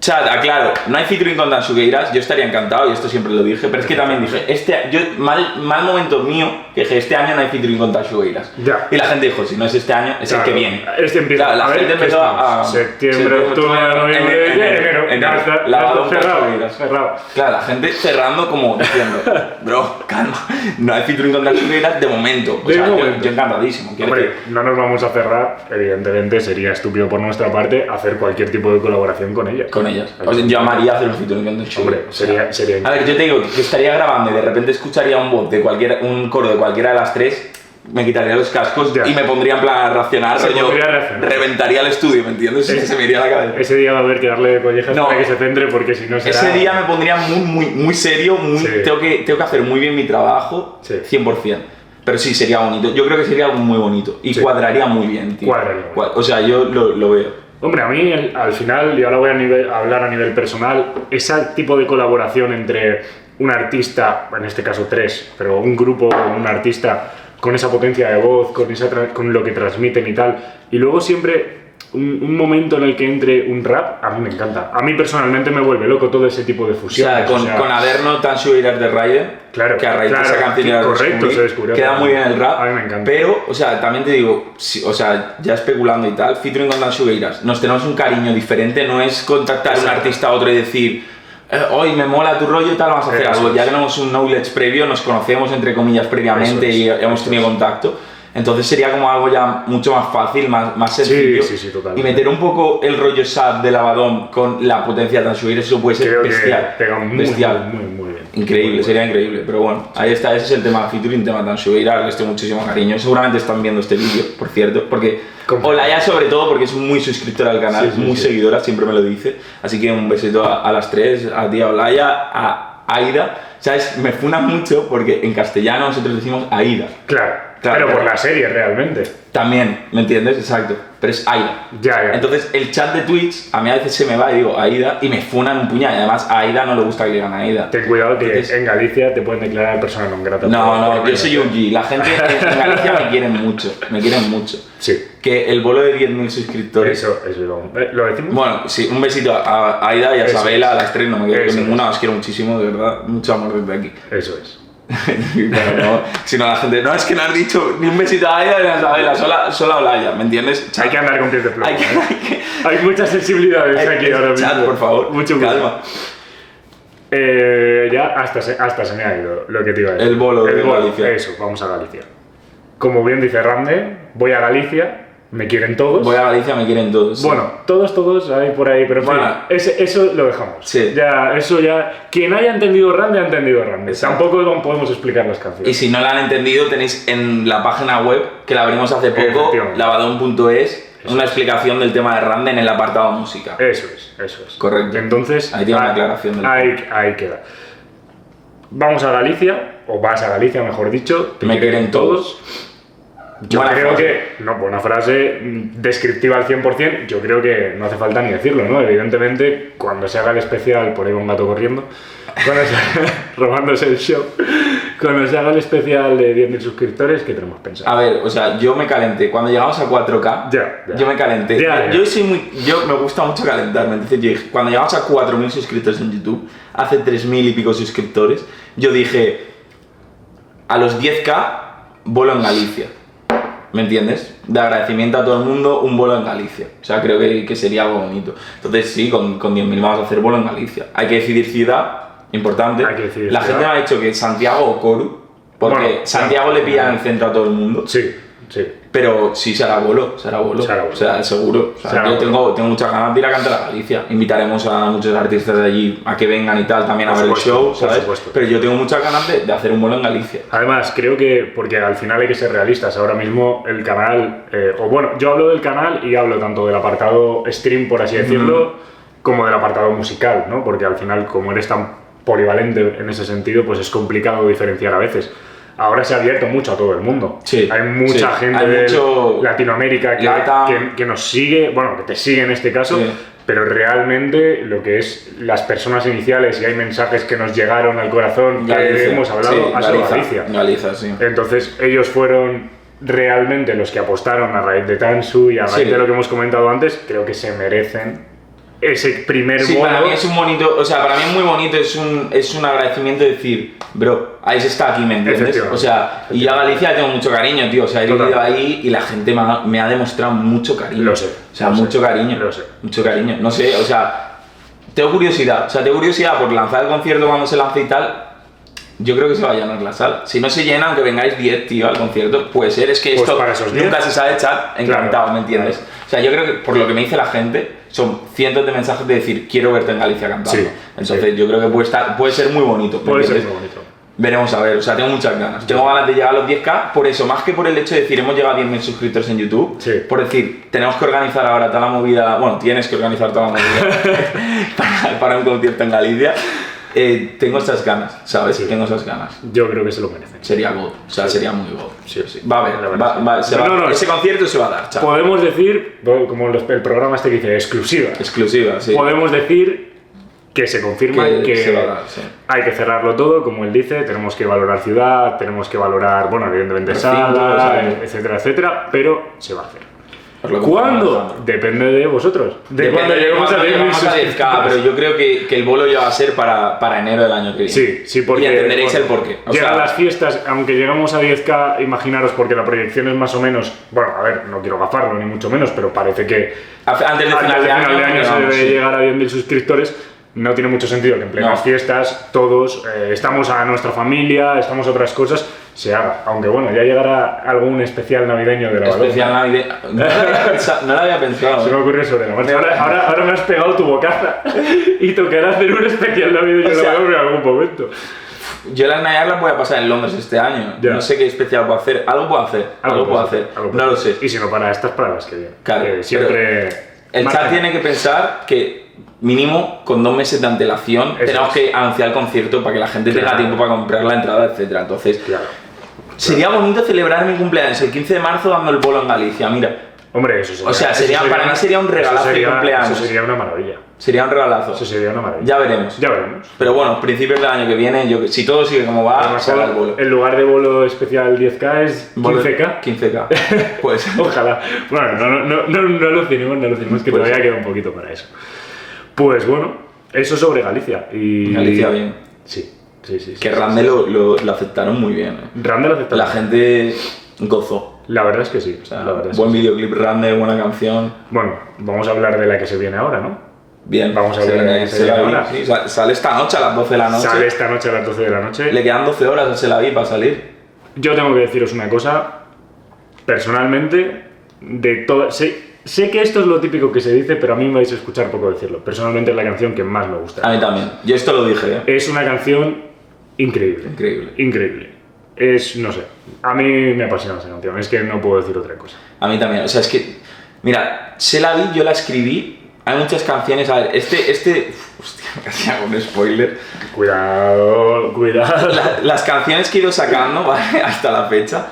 S1: Chat, aclaro, no hay featuring con Dan Sugueiras, yo estaría encantado y esto siempre lo dije, pero es que también dije, este, yo, mal, mal momento mío, que dije, este año no hay featuring con Dan Sugueiras.
S2: Ya.
S1: Y la gente dijo, si no es este año, es
S2: Claro,
S1: el que viene.
S2: Este empieza.
S1: Claro, la
S2: a ver,
S1: gente
S2: ¿qué
S1: empezó
S2: estamos?
S1: a-
S2: Septiembre,
S1: septiembre,
S2: octubre,
S1: octubre,
S2: noviembre,
S1: enero,
S2: enero.
S1: enero.
S2: Ya está,
S1: Lavado un
S2: cerrado.
S1: poco,
S2: Cerrado.
S1: Claro, la gente cerrando como diciendo, bro, calma, no hay featuring con las Sugueiras de momento. O
S2: De
S1: sea, yo-
S2: momento.
S1: Yo, encantadísimo. quiero
S2: Hombre,
S1: decir,
S2: no nos vamos a cerrar, evidentemente sería estúpido por nuestra parte hacer cualquier tipo de colaboración con ella.
S1: con ellas. O sea, yo amaría hacer un featuring con las Sugueiras.
S2: Hombre, sería, sería
S1: A ver, yo te digo, que estaría grabando y de repente escucharía un voz de cualquier, un coro de cualquiera de las tres, me quitaría los cascos
S2: Ya.
S1: y me pondría en plan a racionar,
S2: Se
S1: rollo,
S2: pondría a racionar.
S1: reventaría el estudio, ¿me entiendes?
S2: Ese-
S1: se me iría la cabeza.
S2: Ese día va a haber que darle de collejas
S1: No.
S2: para que se centre porque si no será...
S1: Ese día me pondría muy, muy, muy serio, muy,
S2: Sí.
S1: tengo, que, tengo que hacer muy bien mi trabajo,
S2: Sí.
S1: 100%. Pero sí, sería bonito. Yo creo que sería algo muy bonito. Y
S2: Sí.
S1: cuadraría muy bien, tío.
S2: Cuadraría.
S1: Cua- O sea, yo lo, lo veo.
S2: Hombre, a mí el- al final, y ahora voy a nivel- a hablar a nivel personal, ese tipo de colaboración entre un artista, en este caso tres, pero un grupo, un artista, con esa potencia de voz, con, esa tra- con lo que transmiten y tal, y luego siempre un, un momento en el que entre un rap, a mí me encanta. A mí personalmente me vuelve loco todo ese tipo de
S1: O
S2: fusiones.
S1: sea, con,
S2: o sea,
S1: con Averno, Tan Subidas de Raiden,
S2: Claro,
S1: que a raíz
S2: claro,
S1: de esa canción ya lo
S2: correcto,
S1: descubrí,
S2: se descubrió.
S1: queda muy bien el rap.
S2: A mí me encanta.
S1: Pero, o sea, también te digo, si- o sea, ya especulando y tal, featuring con Dan Sugueiras, nos tenemos un cariño diferente, no es contactar a un
S2: Exacto.
S1: artista a otro y decir, eh, hoy me mola tu rollo, tal, vamos a hacer
S2: Eso
S1: algo.
S2: es.
S1: Ya tenemos un knowledge previo, nos conocemos entre comillas previamente
S2: Eso es,
S1: y hemos tenido contacto. Entonces sería como algo ya mucho más fácil, más, más sencillo.
S2: sí, sí, totalmente.
S1: Y meter un poco el rollo sad de Lavadón con la potencia de Dan Sugueiras, eso puede ser
S2: creo
S1: bestial.
S2: que pega muy,
S1: bestial.
S2: muy, muy bien.
S1: Increíble,
S2: Muy
S1: sería increíble, pero bueno, ahí está, ese es el tema featuring, tema tan subirá, les tengo muchísimo cariño. Seguramente están viendo este vídeo, por cierto, porque
S2: Compra.
S1: Olaya sobre todo porque es muy suscriptora al canal,
S2: Sí, sí,
S1: muy
S2: sí.
S1: seguidora, siempre me lo dice. Así que un besito a, a las tres, a tía Olaya, a Aida. ¿Sabes? Me funan mucho porque en castellano nosotros decimos Aida.
S2: Claro,
S1: Claro,
S2: pero por
S1: claro.
S2: la serie realmente.
S1: También, ¿me entiendes? Exacto, pero es Aida.
S2: Ya, ya.
S1: Entonces el chat de Twitch a mí a veces se me va y digo Aida y me funan un puñal. Y además a Aida no le gusta que le digan Aida.
S2: Ten cuidado que
S1: Entonces-
S2: en Galicia te pueden declarar persona non grata.
S1: No,
S2: Por-
S1: no,
S2: por-
S1: yo soy OG. La gente en Galicia me quieren mucho, me quieren mucho.
S2: Sí,
S1: Que el bolo de 10.000 suscriptores.
S2: eso, eso lo, eh, ¿lo decimos.
S1: Bueno, sí, un besito a a Aida y a
S2: Eso
S1: Isabela, a
S2: es.
S1: las tres, no me quedo
S2: Eso
S1: con ninguna, os quiero muchísimo, de verdad, mucho amor desde aquí.
S2: Eso es.
S1: Pero no, si no la gente, no, es que no has dicho ni un besito a Aida ni a Isabela, sola, sola a Olaya, ¿me entiendes?
S2: Hay que andar con pies de plomo.
S1: Hay que-
S2: ¿eh?
S1: hay que-
S2: Hay muchas sensibilidades
S1: hay
S2: aquí
S1: que-
S2: ahora mismo.
S1: chat, por favor,
S2: Mucho cuidado.
S1: calma.
S2: Eh, ya hasta se, hasta se me ha ido lo que te iba a decir.
S1: El bolo de Galicia.
S2: Eso, vamos a Galicia. Como bien dice Rande, voy a Galicia, me quieren todos.
S1: Voy a Galicia, me quieren todos. sí.
S2: Bueno, todos, todos hay por ahí, pero en fin,
S1: Bueno.
S2: ese- eso lo dejamos.
S1: Sí.
S2: Ya, eso ya. Quien haya entendido Randy ha entendido Randy.
S1: Exacto.
S2: Tampoco podemos explicar las
S1: Y
S2: canciones.
S1: si no la han entendido, tenéis en la página web, que la abrimos hace poco,
S2: Efectivamente.
S1: lavadón.es,
S2: Eso.
S1: una explicación del tema de Rande en el apartado música.
S2: Eso es, eso es.
S1: Correcto.
S2: Entonces, ah,
S1: Ahí tiene una aclaración del
S2: ahí, ahí queda. Vamos a Galicia, o vas a Galicia, mejor dicho. te
S1: Me quieren todos.
S2: Yo
S1: Buena
S2: creo
S1: frase.
S2: que, no, pues una frase mm, descriptiva al 100%, yo creo que no hace falta ni decirlo, ¿no? Evidentemente, cuando se haga el especial, por ahí va un gato corriendo, cuando se- robándose el show, cuando se haga el especial de 10.000 suscriptores, ¿qué tenemos pensado?
S1: A ver, o sea, yo me calenté. Cuando llegamos a 4K,
S2: Ya, ya.
S1: yo me calenté.
S2: Ya, ya.
S1: Yo soy muy. Yo me gusta mucho calentarme. Entonces yo dije, cuando llegamos a 4.000 suscriptores en YouTube, hace 3.000 y pico suscriptores, yo dije, a los 10K, bolo en Galicia. ¿Me entiendes? De agradecimiento a todo el mundo, un bolo en Galicia. O sea, creo que, que sería algo bonito. Entonces sí, con, con 10.000 vamos a hacer bolo en Galicia. Hay que decidir ciudad, importante.
S2: Hay que decidir
S1: La
S2: ciudad.
S1: gente me ha dicho que Santiago o Coru, porque
S2: Bueno,
S1: Santiago le
S2: claro.
S1: pilla en el centro a todo el mundo.
S2: Sí, sí.
S1: Pero sí, se hará bolo, se hará bolo.
S2: Se hará bolo.
S1: O sea, seguro. O sea,
S2: Se hará
S1: yo
S2: bolo.
S1: tengo, tengo muchas ganas de ir a cantar a Galicia. Invitaremos a muchos artistas de allí a que vengan y tal también
S2: Por
S1: a ver
S2: supuesto,
S1: el show,
S2: por
S1: ¿sabes?
S2: supuesto.
S1: Pero yo tengo muchas ganas de, de hacer un bolo en Galicia.
S2: Además, creo que, porque al final hay que ser realistas, ahora mismo el canal, eh, o bueno, yo hablo del canal y hablo tanto del apartado stream, por así decirlo,
S1: Mm.
S2: como del apartado musical, ¿no? Porque al final, como eres tan polivalente en ese sentido, pues es complicado diferenciar a veces. Ahora se ha abierto mucho a todo el mundo.
S1: Sí,
S2: hay mucha
S1: sí.
S2: gente
S1: Hay
S2: de
S1: mucho
S2: Latinoamérica que,
S1: Latam.
S2: que- que nos sigue, bueno, que te sigue en este caso,
S1: Sí.
S2: pero realmente lo que es las personas iniciales y hay mensajes que nos llegaron al corazón, que
S1: Galicia,
S2: hemos hablado,
S1: sí,
S2: ha sido
S1: Galiza,
S2: Galicia.
S1: Galiza, sí.
S2: Entonces ellos fueron realmente los que apostaron a raíz de Tansu y a raíz
S1: Sí.
S2: de lo que hemos comentado antes, creo que se merecen ese primer
S1: Sí,
S2: bono.
S1: para mí es un bonito, o sea, para mí es muy bonito, es un, es un agradecimiento decir, bro, ahí se está aquí, ¿me entiendes?
S2: Efectivamente.
S1: O sea, y yo a Galicia le tengo mucho cariño, tío, o sea, he
S2: Total.
S1: vivido ahí y la gente me ha, me ha demostrado mucho cariño.
S2: Lo sé,
S1: O sea,
S2: lo sé,
S1: mucho cariño.
S2: lo sé.
S1: Mucho cariño, no sé, o sea, tengo curiosidad, o sea, tengo curiosidad por lanzar el concierto cuando se lance y tal. Yo creo que se va a llenar la sala. Si no se llena, aunque vengáis 10, tío, al concierto, puede ser. Es que
S2: Pues
S1: esto
S2: para esos 10.
S1: nunca se sabe, chat. Encantado,
S2: Claro.
S1: ¿me entiendes? O sea, yo creo que por lo que me dice la gente, son cientos de mensajes de decir, quiero verte en Galicia cantando.
S2: Sí,
S1: Entonces yo creo que puede, estar, puede ser muy bonito. ¿me
S2: Puede ser
S1: entiendes?
S2: muy bonito.
S1: Veremos a ver, o sea, tengo muchas ganas. Tengo ganas de llegar a los 10k, por eso, más que por el hecho de decir, hemos llegado a 10.000 suscriptores en YouTube,
S2: Sí.
S1: por decir, tenemos que organizar ahora toda la movida, bueno, tienes que organizar toda la movida para, para un concierto en Galicia. Eh, tengo esas ganas, ¿sabes?
S2: Sí.
S1: Tengo esas ganas.
S2: Yo creo que se lo merecen.
S1: Sería God, o sea, sería muy God.
S2: Sí, sí.
S1: Va a
S2: La
S1: ver,
S2: verdad
S1: va,
S2: sí.
S1: va- se va-
S2: No, no,
S1: ese concierto se va a dar, chaval.
S2: Podemos decir, bueno, como los- el programa este que dice exclusiva,
S1: Exclusiva, sí.
S2: podemos decir que se confirma
S1: Que
S2: que,
S1: se va a dar, sí.
S2: hay que cerrarlo todo, como él dice, tenemos que valorar ciudad, tenemos que valorar, bueno, evidentemente
S1: Recinto,
S2: sala,
S1: sí.
S2: etcétera, etcétera, pero se va a hacer.
S1: Por lo que
S2: ¿Cuándo?
S1: estamos
S2: Depende de vosotros. De
S1: Depende
S2: cuando
S1: de
S2: lleguemos a
S1: cuándo
S2: 10.000
S1: llegamos a 10K,
S2: suscriptores.
S1: pero yo creo que, que el bolo ya va a ser para, para enero del año que viene.
S2: Sí, sí, porque.
S1: Y entenderéis
S2: bueno,
S1: el porqué. O
S2: llegan
S1: sea,
S2: las fiestas, aunque llegamos a 10K, imaginaros, porque la proyección es más o menos. Bueno, a ver, no quiero gafarlo, ni mucho menos, pero parece que.
S1: a- antes de
S2: al
S1: final de año,
S2: final de año se
S1: digamos,
S2: debe
S1: sí.
S2: llegar a 10.000 suscriptores. No tiene mucho sentido que en plenas
S1: No.
S2: fiestas todos eh, estamos a nuestra familia, estamos a otras cosas, se haga. Aunque bueno, ya llegará algún especial navideño de la
S1: Especial Navidad. No lo había pensado. no lo había pensado,
S2: Se
S1: ¿eh?
S2: me ocurre sobre la marcha. Ahora, ahora, ahora me has pegado tu bocaza y tocará hacer un especial navideño
S1: O
S2: de
S1: sea-
S2: la en algún momento.
S1: Yo las Navidades las voy a pasar en Londres este año.
S2: Ya.
S1: No sé qué especial puedo hacer. Algo puedo hacer. Algo, puedo
S2: puedes
S1: hacer.
S2: algo
S1: no lo
S2: puedes
S1: sé.
S2: hacer. Y si no, para estas, para las que vienen.
S1: Claro,
S2: Que siempre.
S1: El
S2: margen.
S1: chat tiene que pensar que mínimo con dos meses de antelación
S2: Eso
S1: tenemos
S2: es.
S1: que anunciar el concierto para que la gente tenga
S2: Claro.
S1: tiempo para comprar la entrada, etcétera. Entonces,
S2: Claro.
S1: sería bonito celebrar mi cumpleaños el 15 de marzo dando el bolo en Galicia. Mira,
S2: Hombre, eso sería.
S1: O sea,
S2: eso
S1: sería- para mí sería un
S2: eso
S1: regalazo de
S2: sería-
S1: cumpleaños.
S2: Eso sería una maravilla.
S1: sería un regalazo.
S2: Eso sería una maravilla.
S1: Ya veremos.
S2: Ya veremos.
S1: Pero bueno, principios del año que viene, yo, si todo sigue como va,
S2: Además,
S1: se hará el bolo.
S2: el lugar de bolo especial 10K es
S1: Bolo-
S2: 15K.
S1: 15K. Pues.
S2: Ojalá. Bueno, no, no, no, no lo tenemos, no lo tenemos, que
S1: Pues
S2: todavía
S1: sí.
S2: queda un poquito para eso. Pues bueno, eso sobre Galicia. Y...
S1: Galicia bien.
S2: Sí, sí, sí. sí,
S1: que
S2: sí,
S1: Rande
S2: sí.
S1: lo, lo- lo aceptaron muy bien. ¿eh?
S2: Randall acepta.
S1: La gente gozó.
S2: La verdad es que sí.
S1: O sea,
S2: la verdad es
S1: buen
S2: que sí.
S1: videoclip Rande, buena canción.
S2: Bueno, vamos a hablar de la que se viene ahora, ¿no?
S1: Bien,
S2: Vamos a
S1: se
S2: ver
S1: viene-
S2: ahí, se
S1: se la
S2: viene
S1: vi,
S2: ahora.
S1: sí, sa- sale esta noche a las 12 de la noche.
S2: Sale esta noche a las 12 de la noche.
S1: Le quedan 12 horas a se la vi para salir.
S2: Yo tengo que deciros una cosa. Personalmente, de todo. Sé, sé que esto es lo típico que se dice, pero a mí me vais a escuchar poco decirlo. Personalmente es la canción que más me gusta.
S1: A mí también. Yo esto lo dije, ¿eh?
S2: Es una canción increíble.
S1: Increíble.
S2: Increíble. Es, no sé, a mí me apasiona esa canción, es que no puedo decir otra cosa.
S1: A mí también. O sea, es que. Mira, se la vi, yo la escribí. Hay muchas canciones. A ver, este. este hostia, casi hago un spoiler.
S2: Cuidado, cuidado.
S1: La- las canciones que he ido sacando, ¿vale? Hasta la fecha.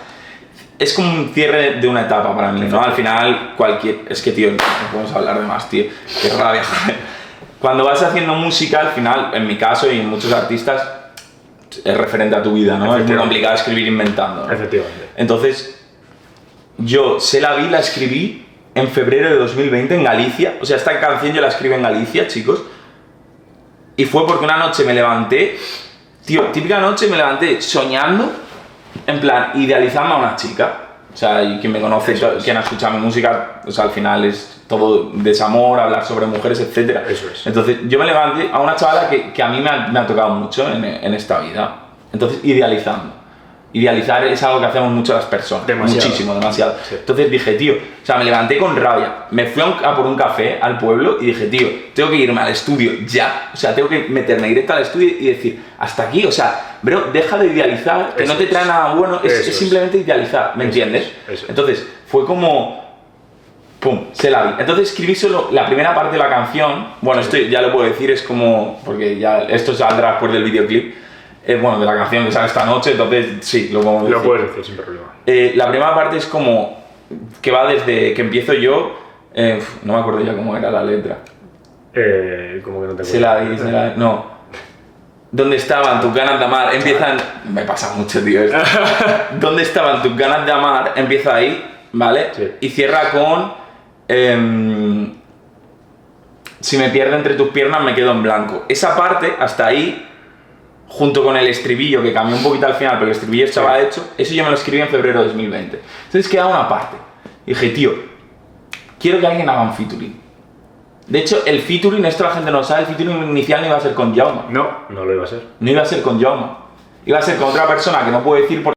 S1: es como un cierre de una etapa para mí, ¿no? Al final, cualquier. Es que, tío, no podemos hablar de más, tío. Qué rabia, joder. Cuando vas haciendo música, al final, en mi caso y en muchos artistas, es referente a tu vida, ¿no? Es muy complicado escribir inventando. ¿no?
S2: Efectivamente.
S1: Entonces, yo se la vi, la escribí en febrero de 2020 en Galicia. O sea, esta canción yo la escribí en Galicia, chicos. Y fue porque una noche me levanté, tío, típica noche me levanté soñando, en plan, idealizando a una chica. O sea, y quien me conoce, quien ha escuchado mi música, o sea, al final es todo desamor, hablar sobre mujeres, etc.
S2: Eso es.
S1: Entonces, yo me levanté a una chavala que, que a mí me ha, me ha tocado mucho en, en esta vida. Entonces, idealizando. Idealizar es algo que hacemos mucho las personas.
S2: Demasiado.
S1: Muchísimo, demasiado.
S2: Sí.
S1: Entonces dije, tío, o sea, me levanté con rabia. Me fui a, un- a por un café al pueblo y dije, tío, tengo que irme al estudio ya. O sea, tengo que meterme directo al estudio y decir, hasta aquí. O sea, bro, deja de idealizar, que
S2: Eso
S1: no te
S2: es.
S1: trae nada bueno. Es,
S2: Eso
S1: es
S2: es.
S1: simplemente idealizar, ¿me
S2: Eso
S1: entiendes?
S2: es, eso es.
S1: Entonces, fue como. Pum, se la vi. Entonces escribí solo la primera parte de la canción. Bueno, esto ya lo puedo decir, es como. Porque ya esto saldrá después del videoclip. Eh, bueno, de la canción que sale esta noche, entonces sí, lo podemos
S2: Lo
S1: decir.
S2: puedes decir sin problema.
S1: Eh, la primera parte es como que va desde que empiezo yo, eh, uf, no me acuerdo ya cómo era la letra.
S2: Eh, como que no te
S1: Se la vi, se la no. ¿Dónde estaban tus ganas de amar? Empiezan, me pasa mucho, tío. esto. ¿Dónde estaban tus ganas de amar? Empieza ahí, ¿vale?
S2: Sí.
S1: Y cierra con em, si me pierdo entre tus piernas me quedo en blanco. Esa parte hasta ahí junto con el estribillo, que cambió un poquito al final, pero el estribillo estaba hecho, eso yo me lo escribí en febrero de 2020. Entonces quedaba una parte. Y dije, tío, quiero que alguien haga un featuring. De hecho, el featuring, esto la gente no lo sabe, el featuring inicial no iba a ser con Jaume.
S2: No, no lo iba a ser.
S1: No iba a ser con Jaume. Iba a ser con otra persona que no puedo decir porque...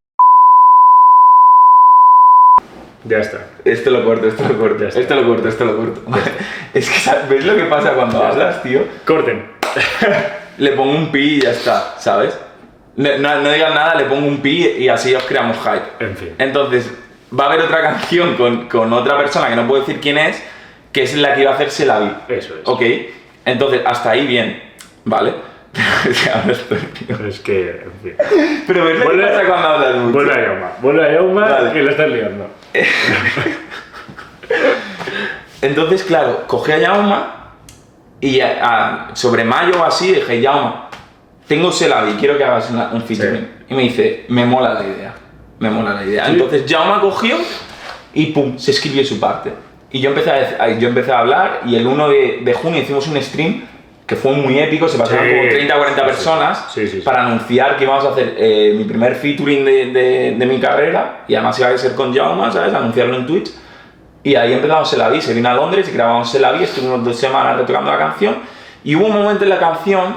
S2: Ya está.
S1: Esto lo corto, esto lo corto,
S2: Ya está.
S1: esto lo corto, esto lo corto. es que, ¿sabes? ¿ves lo que pasa cuando
S2: Ya está.
S1: hablas, tío?
S2: Corten.
S1: le pongo un pi y ya está, ¿sabes? No, no, no digas nada, le pongo un pi y así os creamos hype.
S2: En fin.
S1: Entonces, va a haber otra canción con, con otra persona que no puedo decir quién es, que es la que iba a hacerse la vi.
S2: Eso es.
S1: Ok, entonces hasta ahí bien, ¿vale? Es que ahora estoy, tío.
S2: Es que, en fin.
S1: Pero ves lo que
S2: Vuelve-
S1: pasa cuando hablas mucho.
S2: Vuelve a Yauma. Vuelve a Yauma
S1: Vale.
S2: que lo estás liando.
S1: Entonces, claro, cogí a Yauma y a- a- sobre mayo o así dije, Yauma, tengo Selavi, quiero que hagas una- un featuring. Y me dice, me mola la idea, me mola la idea.
S2: Sí.
S1: Entonces Yauma cogió y pum, se escribió su parte. Y yo empecé a, dec- a- yo empecé a hablar y el 1 de, de junio hicimos un stream que fue muy épico, se pasaron
S2: Sí.
S1: como 30 o 40
S2: Sí, sí.
S1: personas
S2: Sí, sí, sí.
S1: para anunciar que íbamos a hacer eh, mi primer featuring de, de- de mi carrera y además iba a ser con Jaume, ¿sabes? Anunciarlo en Twitch. Y ahí empezamos el avi, se vino a Londres y grabamos el avi, estuvimos dos semanas retocando la canción. Y hubo un momento en la canción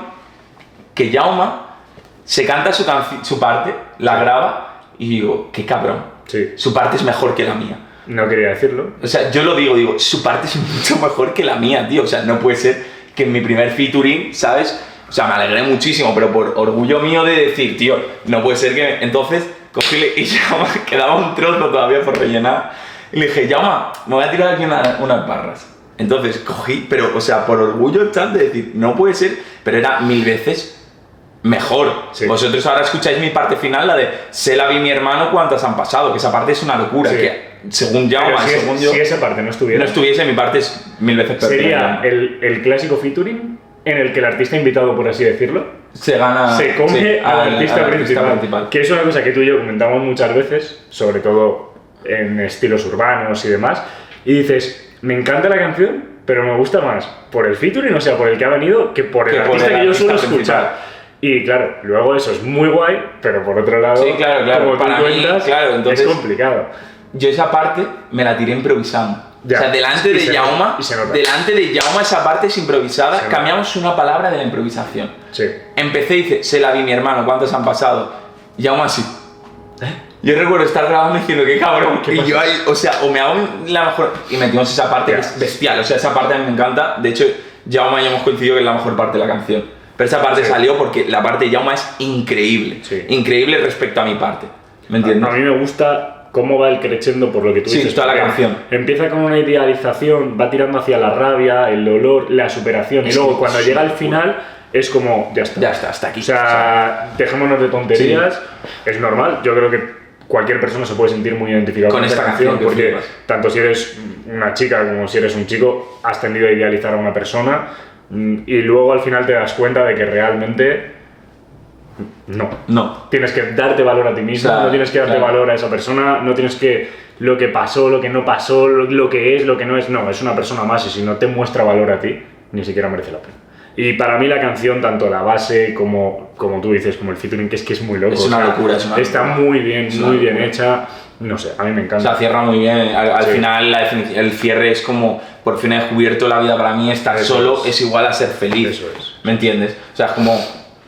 S1: que Jauma se canta su, canci- su parte, la graba y digo, qué cabrón,
S2: Sí.
S1: su parte es mejor que la mía.
S2: No quería decirlo.
S1: O sea, yo lo digo, digo, su parte es mucho mejor que la mía, tío. O sea, no puede ser que en mi primer featuring, ¿sabes? O sea, me alegré muchísimo, pero por orgullo mío de decir, tío, no puede ser que... Entonces, cogí y llama, quedaba un trozo todavía por rellenar. Y le dije, llama, me voy a tirar aquí una- unas barras. Entonces, cogí, pero, o sea, por orgullo, chat, de decir, no puede ser, pero era mil veces mejor.
S2: Sí.
S1: Vosotros ahora escucháis mi parte final, la de, se la vi mi hermano, cuántas han pasado, que esa parte es una locura,
S2: Sí.
S1: que según ya
S2: Pero
S1: Jaume,
S2: si, es-
S1: según yo,
S2: si esa parte no
S1: no
S2: estuviera,
S1: estuviese mi parte es mil veces peor.
S2: sería el, el clásico featuring en el que el artista invitado, por así decirlo,
S1: Se gana...
S2: se come
S1: Ah, sí,
S2: al, artista principal,
S1: principal.
S2: Que es una cosa que tú y yo comentamos muchas veces, sobre todo en estilos urbanos y demás. Y dices, me encanta la canción, pero me gusta más por el featuring, o sea, por el que ha venido, que por el
S1: Que por
S2: artista
S1: el
S2: que yo
S1: artista
S2: suelo escuchar. Y claro, luego eso es muy guay, pero por otro lado,
S1: Sí, claro, claro,
S2: como tú
S1: para mí,
S2: cuentas,
S1: claro, entonces-
S2: es complicado.
S1: Yo esa parte me la tiré improvisando.
S2: Ya.
S1: O sea, delante
S2: Y
S1: de
S2: se nota,
S1: Yauma,
S2: y se nota.
S1: delante de Yauma esa parte es improvisada,
S2: Se nota.
S1: cambiamos una palabra de la improvisación.
S2: Sí.
S1: Empecé y dice, se la vi mi hermano, ¿cuántos han pasado? Y aún así. ¿eh? Yo recuerdo estar grabando diciendo que cabrón,
S2: ¿Qué
S1: y
S2: pasa?
S1: yo ahí, o sea, o me hago la mejor. Y metimos esa parte que
S2: Ya.
S1: es bestial, o sea, esa parte a mí me encanta. De hecho, Jauma y yo hemos coincidido que es la mejor parte de la canción. Pero esa parte
S2: Sí.
S1: salió porque la parte de Jauma es increíble.
S2: Sí. Ah,
S1: Increíble respecto a mi parte. ¿Me
S2: A
S1: entiendes?
S2: mí me gusta cómo va el creciendo por lo que tú
S1: Sí,
S2: dices.
S1: toda la
S2: porque
S1: canción.
S2: Empieza con una idealización, va tirando hacia la rabia, el dolor, la superación.
S1: Es
S2: y luego
S1: que-
S2: cuando
S1: sí,
S2: llega al
S1: locura.
S2: final es como, ya está.
S1: Ya está, hasta aquí.
S2: O sea, dejémonos de tonterías. Es normal, yo creo que cualquier persona se puede sentir muy identificado
S1: Con esta canción que
S2: porque
S1: flipas.
S2: tanto si eres una chica como si eres un chico, has tendido a idealizar a una persona mm, y luego al final te das cuenta de que realmente no.
S1: No.
S2: Tienes que darte valor a ti mismo,
S1: Claro,
S2: no tienes que darte
S1: claro.
S2: valor a esa persona, no tienes que lo que pasó, lo que no pasó, lo, lo que es, lo que no es, no, es una persona más y si no te muestra valor a ti, ni siquiera merece la pena. Y para mí la canción, tanto la base como, como tú dices, como el featuring, que es que es muy loco.
S1: Es una locura, es una
S2: Está
S1: locura.
S2: muy bien,
S1: Es una
S2: muy bien
S1: locura.
S2: hecha. No sé, a mí me
S1: O
S2: encanta.
S1: sea, cierra muy bien. Al, al
S2: Sí.
S1: final, la defini- el cierre es como: por fin he descubierto la vida para mí, estar
S2: Eso
S1: solo
S2: es.
S1: es. igual a ser feliz.
S2: Eso es.
S1: ¿Me entiendes? O sea, es como: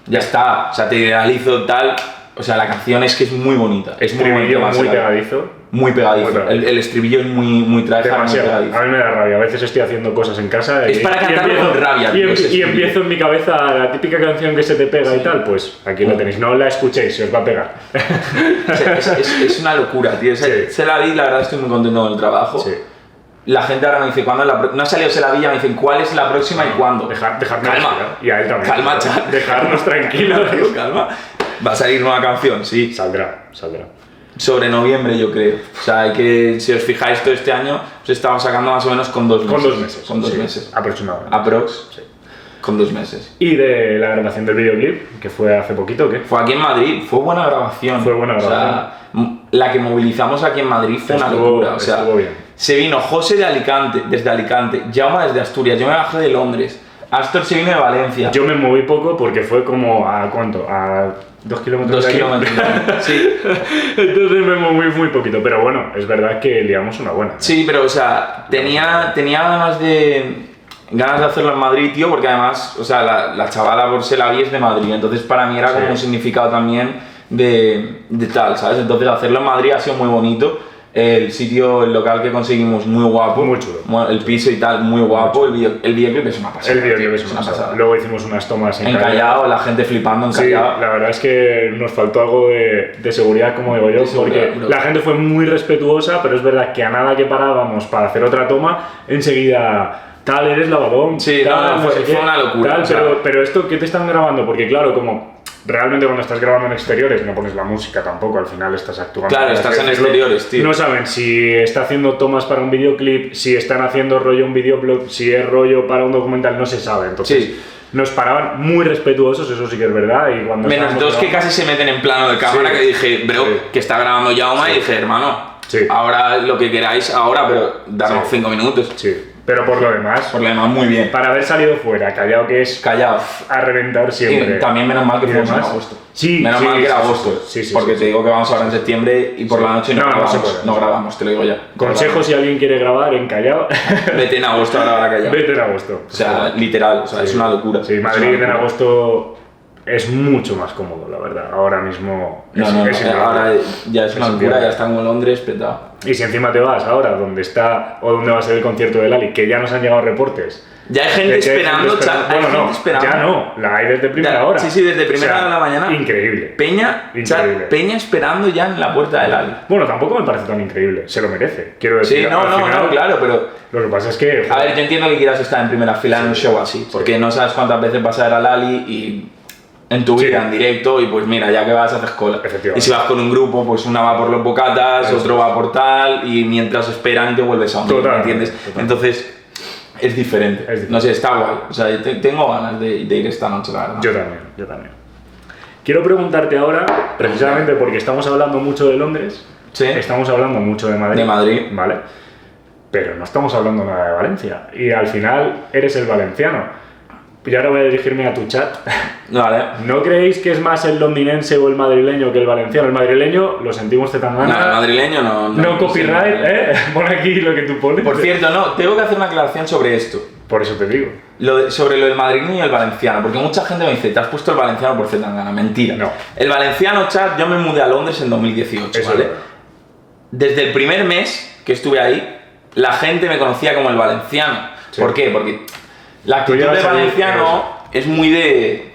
S1: ya está. O sea, te idealizo tal. O sea, la canción es que es muy bonita. Es muy
S2: Estribillo
S1: bonita,
S2: muy
S1: más allá.
S2: pegadizo.
S1: Muy pegadizo.
S2: Muy pegadizo.
S1: El, el estribillo es muy, muy traza, muy
S2: Demasiado.
S1: pegadizo.
S2: A mí me da rabia. A veces estoy haciendo cosas en casa.
S1: Es
S2: y-
S1: para
S2: y
S1: cantarlo
S2: empiezo-
S1: con rabia,
S2: Y,
S1: tío,
S2: em-
S1: ese
S2: y
S1: estribillo.
S2: empiezo en mi cabeza la típica canción que se te pega y tal. Pues aquí lo
S1: Mm.
S2: tenéis. No la escuchéis, se os va a pegar.
S1: O sea, es, es- es una locura, tío. O sea,
S2: Sí.
S1: Se la vi, la verdad estoy muy contento con el trabajo.
S2: Sí.
S1: La gente ahora me dice, ¿cuándo es la pro- No ha salido Se la vi, ya me dicen, ¿cuál es la próxima y cuándo?
S2: Dejar, dejarme
S1: Calma.
S2: respirar. Y a él también.
S1: Calma, chat.
S2: Dejarnos tranquilos.
S1: Tío, calma. Va a salir nueva canción, sí.
S2: Saldrá, saldrá.
S1: Sobre noviembre, yo creo. O sea, hay que, si os fijáis, todo este año os estamos sacando más o menos con dos meses.
S2: Con dos meses.
S1: Con dos
S2: sí,
S1: meses. Ah.
S2: Aproximadamente.
S1: Aprox.
S2: Sí.
S1: Con dos meses.
S2: Y de la grabación del videoclip, que fue hace poquito, ¿qué?
S1: Fue aquí en Madrid, fue buena grabación.
S2: Fue
S1: O
S2: buena grabación.
S1: sea, m- la que movilizamos aquí en Madrid fue una
S2: Estuvo-
S1: locura. O sea,
S2: estuvo bien.
S1: se vino José de Alicante, desde Alicante, Jauma desde Asturias, yo me bajé de Londres, Astor se vino de Valencia.
S2: Yo me moví poco porque fue como a cuánto? A dos kilómetros.
S1: dos
S2: de aquí.
S1: kilómetros. sí.
S2: Entonces me moví muy poquito, pero bueno, es verdad que liamos una buena. ¿eh?
S1: Sí, pero o sea, tenía, tenía ganas de ganas de hacerlo en Madrid, tío, porque además, o sea, la, la chavala por ser la vi es de Madrid, entonces para mí era
S2: Sí.
S1: como un significado también de, de tal, ¿sabes? Entonces hacerlo en Madrid ha sido muy bonito. El sitio, el local que conseguimos, muy guapo.
S2: Muy chulo.
S1: Mu- El piso y tal, muy guapo. El, video- el videoclip es una pasada.
S2: El videoclip
S1: tío,
S2: es una pasada. Luego hicimos unas tomas en
S1: En Callao, la gente flipando en
S2: Sí,
S1: Callao.
S2: la verdad es que nos faltó algo de, de seguridad, como digo yo,
S1: De seguridad,
S2: porque
S1: bro.
S2: la gente fue muy respetuosa, pero es verdad que a nada que parábamos para hacer otra toma, enseguida, tal, eres lavadón.
S1: Sí,
S2: tal,
S1: no, no, fue-
S2: sé qué,
S1: fue una locura,
S2: tal,
S1: o sea.
S2: pero, pero esto, ¿qué te están grabando? Porque claro, como realmente cuando estás grabando en exteriores no pones la música tampoco, al final estás actuando.
S1: Claro,
S2: por así
S1: estás en
S2: decirlo.
S1: exteriores, tío.
S2: No saben si está haciendo tomas para un videoclip, si están haciendo rollo un videoblog, si es rollo para un documental, no se sabe. Entonces,
S1: Sí.
S2: nos paraban muy respetuosos, eso sí que es verdad. Y cuando
S1: Menos
S2: estábamos
S1: dos que
S2: grabando-
S1: casi se meten en plano de cámara
S2: Sí.
S1: que dije, bro,
S2: Sí.
S1: que está grabando Yauma y dije, hermano,
S2: Sí.
S1: ahora lo que queráis ahora, pero darnos
S2: Sí.
S1: cinco minutos.
S2: Sí, pero por lo demás,
S1: Por lo demás, muy bien.
S2: para haber salido fuera, callado que es
S1: Callado.
S2: a reventar siempre.
S1: Y también menos mal que
S2: Y
S1: fuimos en
S2: demás.
S1: agosto.
S2: Sí,
S1: menos
S2: sí,
S1: mal que
S2: sí,
S1: era
S2: sí,
S1: agosto.
S2: sí, sí,
S1: porque te
S2: sí, sí.
S1: digo que vamos ahora en septiembre y por
S2: Sí.
S1: la noche
S2: No,
S1: no,
S2: no se
S1: grabamos.
S2: puede.
S1: no grabamos, te lo digo ya.
S2: Consejo si alguien quiere grabar en callado,
S1: Vete en agosto ahora para Callao.
S2: vete en agosto.
S1: O sea, literal, o sea, es una locura.
S2: Sí,
S1: Es una
S2: Madrid en
S1: locura.
S2: agosto es mucho más cómodo, la verdad. Ahora mismo es,
S1: No, no,
S2: es
S1: no,
S2: inviable.
S1: ahora ya es una locura,
S2: Es inviable.
S1: ya está como Londres, petado.
S2: Y si encima te vas ahora, donde está o donde va a ser el concierto de Lali, que ya nos han llegado reportes.
S1: Ya hay gente
S2: de que hay
S1: esperando,
S2: gente
S1: chat.
S2: esperando-
S1: Hay
S2: Bueno,
S1: gente
S2: no,
S1: esperando.
S2: ya no, la hay desde primera
S1: Ya,
S2: hora.
S1: sí, sí, desde primera hora de la mañana.
S2: Increíble.
S1: Peña,
S2: Increíble.
S1: chat, Peña esperando ya en la puerta del Ali.
S2: Bueno, tampoco me parece tan increíble, se lo merece. Quiero decir,
S1: Sí, no,
S2: al
S1: no,
S2: final,
S1: no, claro, pero.
S2: Lo que pasa es que.
S1: A ver, yo entiendo que quieras estar en primera fila en un show así, porque no sabes cuántas veces vas a ver al Ali y en tu
S2: Sí.
S1: vida, en directo, y pues mira, ya que vas, haces cola.
S2: Efectivamente.
S1: Y si vas con un grupo, pues una va por los bocatas,
S2: Eso
S1: otro va por tal, y mientras esperan te vuelves a un
S2: Total,
S1: ¿me entiendes?
S2: total.
S1: Entonces, es diferente.
S2: diferente.
S1: No sé, está guay. O sea, yo te- tengo ganas de, de ir esta noche, la verdad.
S2: Yo también, yo también. Quiero preguntarte ahora, precisamente porque estamos hablando mucho de Londres,
S1: Sí.
S2: estamos hablando mucho de Madrid.
S1: De Madrid.
S2: Vale. Pero no estamos hablando nada de Valencia. Y al final eres el valenciano. Y ahora voy a dirigirme a tu chat.
S1: Vale.
S2: ¿No creéis que es más el londinense o el madrileño que el valenciano? El madrileño lo sentimos
S1: No,
S2: Zetangana.
S1: el madrileño no.
S2: No copyright,
S1: sé.
S2: ¿eh? Pon aquí lo que tú pones.
S1: Por cierto, no, tengo que hacer una aclaración sobre esto.
S2: Por eso te digo.
S1: Lo de- sobre lo del madrileño y el valenciano, porque mucha gente me dice, te has puesto el valenciano por Zetangana, mentira.
S2: No.
S1: El valenciano, chat, yo me mudé a Londres en 2018,
S2: Eso
S1: ¿vale?
S2: es verdad.
S1: Desde el primer mes que estuve ahí, la gente me conocía como el valenciano.
S2: Sí.
S1: ¿Por qué? Porque la
S2: Tú
S1: actitud de
S2: llevas ahí-
S1: valenciano es muy de...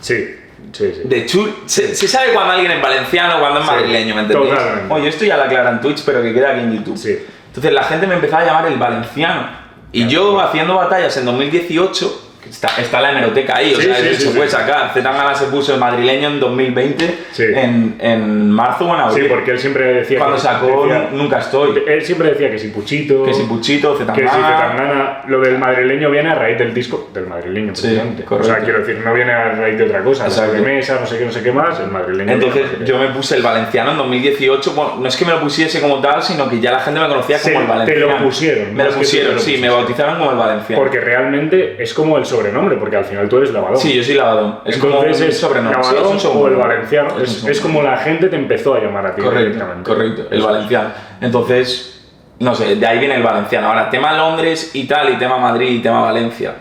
S2: Sí, sí, sí.
S1: De chul. Se, se sabe cuando alguien es valenciano, cuando es
S2: Sí,
S1: madrileño, ¿me entendéis?
S2: totalmente.
S1: Oye, esto ya lo aclara en Twitch, pero que queda aquí en YouTube.
S2: Sí.
S1: Entonces la gente me empezaba a llamar el valenciano. Y yo haciendo batallas en 2018, Está, está la hemeroteca ahí, o
S2: Sí,
S1: sea,
S2: sí,
S1: se
S2: sí, sí.
S1: puede sacar. Zetangana se puso el madrileño en 2020,
S2: Sí.
S1: en, en marzo o en
S2: Sí,
S1: abril.
S2: porque él siempre decía.
S1: Cuando
S2: que-
S1: sacó
S2: decía-
S1: Nunca Estoy,
S2: Él siempre decía que si Puchito.
S1: que si Puchito, Zetangana...
S2: Que sí, que
S1: Ah.
S2: Tangana, lo del madrileño viene a raíz del disco del madrileño,
S1: Sí,
S2: precisamente. o
S1: correcto.
S2: sea, quiero decir, no viene a raíz de otra cosa,
S1: Exacto.
S2: la de mesa, no sé qué, no sé qué más, el madrileño.
S1: Entonces yo me puse el valenciano en 2018. Bueno, no es que me lo pusiese como tal, sino que ya la gente me conocía
S2: Se-
S1: como el
S2: te
S1: valenciano.
S2: lo pusieron,
S1: Me
S2: no
S1: lo
S2: es que tú
S1: pusieron,
S2: te lo
S1: sí, me
S2: pusiste.
S1: bautizaron como el valenciano.
S2: Porque realmente es como el sobrenombre, porque al final tú eres lavadón.
S1: Sí, yo soy lavadón. Es como un
S2: Entonces es
S1: sobrenombre. sí,
S2: Lavadón
S1: es un
S2: o el
S1: sobrenombre.
S2: valenciano.
S1: un
S2: Es, es
S1: sobrenombre.
S2: como la gente te empezó a llamar a ti
S1: Correcto,
S2: directamente.
S1: correcto, el valenciano. Entonces, no sé, de ahí viene el valenciano. Ahora, tema Londres y tal, y tema Madrid y tema Valencia.